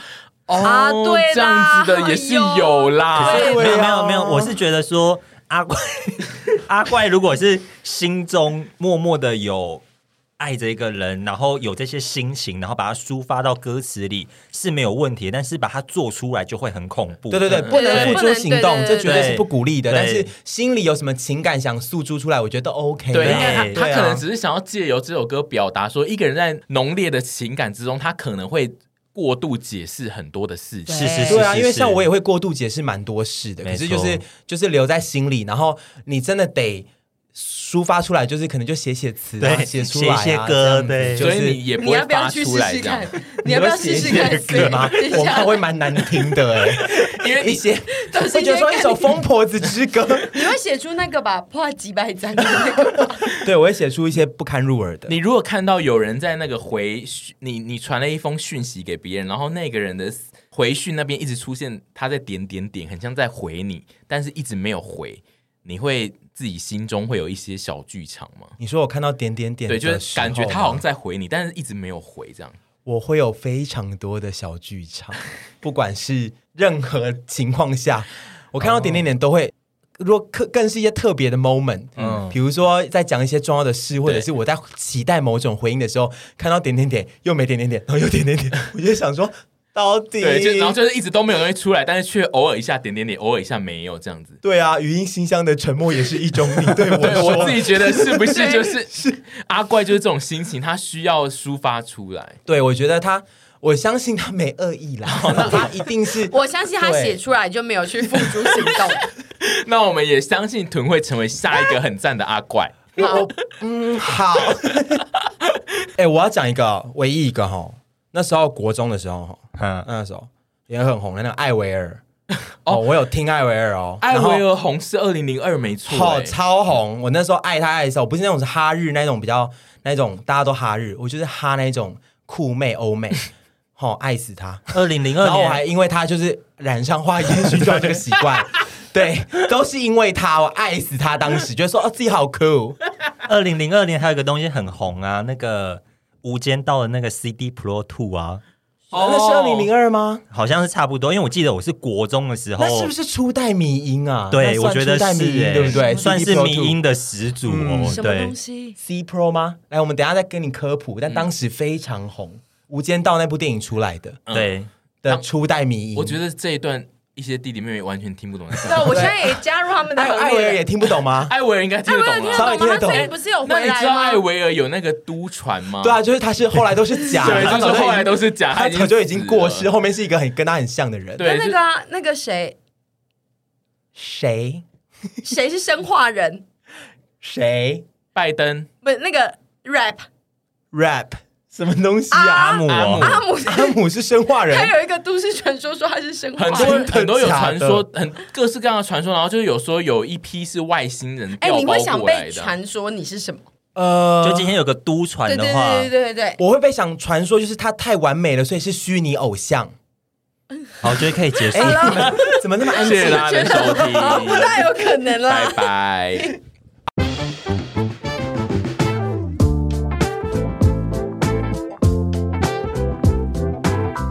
Speaker 2: 哦，
Speaker 3: 啊对啦
Speaker 2: 这样子的也是有啦。
Speaker 1: 哎呦
Speaker 4: 没
Speaker 1: 对啊
Speaker 4: 有没有没有，我是觉得说阿怪阿怪如果是心中默默的有爱着一个人，然后有这些心情，然后把它抒发到歌词里是没有问题的，但是把它做出来就会很恐怖。
Speaker 1: 对对对，
Speaker 2: 嗯
Speaker 1: 不能
Speaker 3: 对
Speaker 1: 付诸行
Speaker 3: 不
Speaker 1: 动
Speaker 3: 能，
Speaker 1: 这
Speaker 3: 对
Speaker 1: 绝对是不鼓励的。
Speaker 4: 对
Speaker 1: 但是心里有什么情感想诉诸出来，我觉得都 OK 的。
Speaker 2: 对，应该他
Speaker 1: 对
Speaker 2: 他
Speaker 1: 啊
Speaker 2: 可能只是想要借由这首歌表达说，一个人在浓烈的情感之中，他可能会过度解释很多的事情。
Speaker 4: 是是是，
Speaker 1: 对啊，
Speaker 4: 是
Speaker 1: 因为像我。
Speaker 4: 是
Speaker 1: 也会过度解释蛮多事的，可
Speaker 4: 没错
Speaker 1: 是就是就是留在心里，然后你真的得抒发出来，就是可能就写写词啊，
Speaker 4: 对
Speaker 1: 写出来啊
Speaker 4: 写一些歌
Speaker 1: 这样子
Speaker 4: 对
Speaker 1: 就是
Speaker 2: 所以你也不
Speaker 3: 你
Speaker 2: 会
Speaker 3: 要不要
Speaker 2: 发
Speaker 3: 去
Speaker 2: 出
Speaker 3: 试
Speaker 2: 来
Speaker 3: 试
Speaker 2: 这样
Speaker 3: 看？？你要不要试试看
Speaker 1: 你会写歌吗？
Speaker 3: 所以
Speaker 1: 我 怕会蛮难听的哎、
Speaker 2: 因为
Speaker 1: 一
Speaker 2: 你
Speaker 1: 些
Speaker 3: 都是
Speaker 1: 会
Speaker 3: 一
Speaker 1: 觉
Speaker 3: 些，
Speaker 1: 得说一哎首《疯婆子之 歌》
Speaker 3: 你会写出那个吧？破几百张的那个吧？
Speaker 1: 对我会写出一些不堪入耳的。
Speaker 2: 你如果看到有人在那个回讯你，你传了一封讯息给别人，然后那个人的回讯那边一直出现他在点点点，很像在回你，但是一直没有回，你会自己心中会有一些小剧场吗？
Speaker 1: 你说我看到点点点的
Speaker 2: 对，
Speaker 1: 时候
Speaker 2: 就
Speaker 1: 吗，
Speaker 2: 是感觉他好像在回你，但是一直没有回 这样。
Speaker 1: 我会有非常多的小剧场， 不管是任何情况下，我看到点点点都会。如果更更是一些特别的 moment，嗯，比如说在讲一些重要的事，或者是我在期待某种回应的时候，看到点点点又没点点 点，然后又点点点，我就想说， 到底
Speaker 2: 对，就然后就是一直都没有东西出来，但是却偶尔一下点点点，偶尔一下没有这样子。
Speaker 1: 对啊，语音信箱的沉默也是一种 你对我
Speaker 2: 对
Speaker 1: 说
Speaker 2: 我自己觉得是 不是就是是阿怪就是这种心情，他需要抒发出来。
Speaker 1: 对，我觉得他，我相信他没恶意啦， 他一定 是
Speaker 3: 我相信他
Speaker 1: 对
Speaker 3: 写出来就没有去付诸行动。
Speaker 2: 那我们也相信屯会成为下一个很赞的阿怪。
Speaker 3: 好，
Speaker 1: 嗯好。 哎、我要讲一个哦唯一一个哈，那时候国中的时候哈，
Speaker 4: 嗯，
Speaker 1: 那时候也很红的那个艾维 尔哦，我有听艾维尔哦，
Speaker 2: 艾
Speaker 1: 然后
Speaker 2: 维尔红是二零零二没错、
Speaker 1: 好、
Speaker 2: 欸
Speaker 1: 超红！我那时候爱他爱的时候，我不是那种是哈日那种比较那种大家都哈日，我就是哈那种酷妹欧妹， 好、爱死他。
Speaker 4: 二零零二
Speaker 1: 然后我还
Speaker 4: 年，
Speaker 1: 因为他就是染上画烟熏妆这个习 惯，对，都是因为他，我爱死他。当时觉得说哦自己好酷，
Speaker 4: 二零零二年还有一个东西很红啊，那个《无间道》的那个 CD Pro Two 啊，
Speaker 2: 哦
Speaker 1: 那是二零零二吗？
Speaker 4: 好像是差不多，因为我记得我是国中的时候，
Speaker 1: 那是不是初代迷音啊？
Speaker 4: 哦对，
Speaker 1: 那
Speaker 4: 我
Speaker 1: 算
Speaker 4: 觉得
Speaker 1: 初代
Speaker 4: 是
Speaker 1: 迷音
Speaker 4: 欸
Speaker 1: 对不对？
Speaker 4: 算
Speaker 1: CD
Speaker 4: 是
Speaker 1: Pro
Speaker 4: 迷音的始祖哦。
Speaker 1: 嗯
Speaker 3: 什么
Speaker 4: 对
Speaker 3: 东，
Speaker 1: 2
Speaker 3: 西？
Speaker 1: C Pro 吗？来，我们等一下再跟你科普，
Speaker 2: 嗯
Speaker 1: 但当时非常红，无间道》那部电影出来的
Speaker 3: 啊
Speaker 4: 对，
Speaker 1: 的初代迷音，
Speaker 2: 我觉。得这一段一些弟弟妹妹完全听不懂在
Speaker 3: 对，
Speaker 2: 讲。
Speaker 3: 我现在也加入他们的
Speaker 1: 艾
Speaker 3: 行
Speaker 1: 艾维尔也
Speaker 3: 列。
Speaker 1: 听不懂 吗？
Speaker 3: 哎
Speaker 2: 艾维尔应该哎听得
Speaker 3: 艾
Speaker 2: 懂
Speaker 3: 维
Speaker 2: 了
Speaker 3: 尔。
Speaker 1: 稍微听得
Speaker 3: 啊他
Speaker 1: 懂啊
Speaker 3: 最近不是有
Speaker 2: 那
Speaker 3: 回
Speaker 2: 你
Speaker 3: 来
Speaker 2: 知道艾
Speaker 3: 吗？
Speaker 2: 维尔有那个都传吗？
Speaker 1: 对啊，就是他是后来都是假，
Speaker 2: 对，啊
Speaker 1: 的，
Speaker 2: 就是后来都是假，
Speaker 1: 他
Speaker 2: 他
Speaker 1: 早就已经过世，
Speaker 2: 了。
Speaker 1: 后面是一个很跟他很像的人。
Speaker 2: 对
Speaker 3: 跟那个啊那个谁
Speaker 1: 谁
Speaker 3: 谁是生化人？
Speaker 1: 谁
Speaker 2: 拜登
Speaker 3: 不，那个 rap
Speaker 1: rap 什么东西
Speaker 4: 阿
Speaker 1: 啊？
Speaker 4: 姆
Speaker 2: 阿姆
Speaker 4: 哦，
Speaker 3: 阿姆，
Speaker 1: 阿姆是生化人
Speaker 3: 他，有一个都市传说说他是生化
Speaker 2: 很
Speaker 3: 人。
Speaker 2: 多
Speaker 1: 真的
Speaker 2: 很多有传说
Speaker 1: 假，
Speaker 2: 很各式各样的传说，然后就是有说有一批是外星人
Speaker 3: 哎、
Speaker 2: 调
Speaker 3: 你
Speaker 2: 包
Speaker 3: 会想
Speaker 2: 过来
Speaker 3: 被
Speaker 2: 的。
Speaker 3: 传说你是什么？
Speaker 1: 呃，
Speaker 4: 就今天有个都传
Speaker 3: 对
Speaker 4: 的
Speaker 3: 对
Speaker 4: 话，
Speaker 3: 对对对对对，
Speaker 1: 我会被想传说，就是他太完美了，所以是虚拟偶像。
Speaker 4: 好，觉得可以结束。
Speaker 1: 哎、怎么那么安
Speaker 2: 谢
Speaker 1: 静
Speaker 2: 谢？大家的收听，哎
Speaker 3: 不太有可能啦
Speaker 2: 拜。拜。然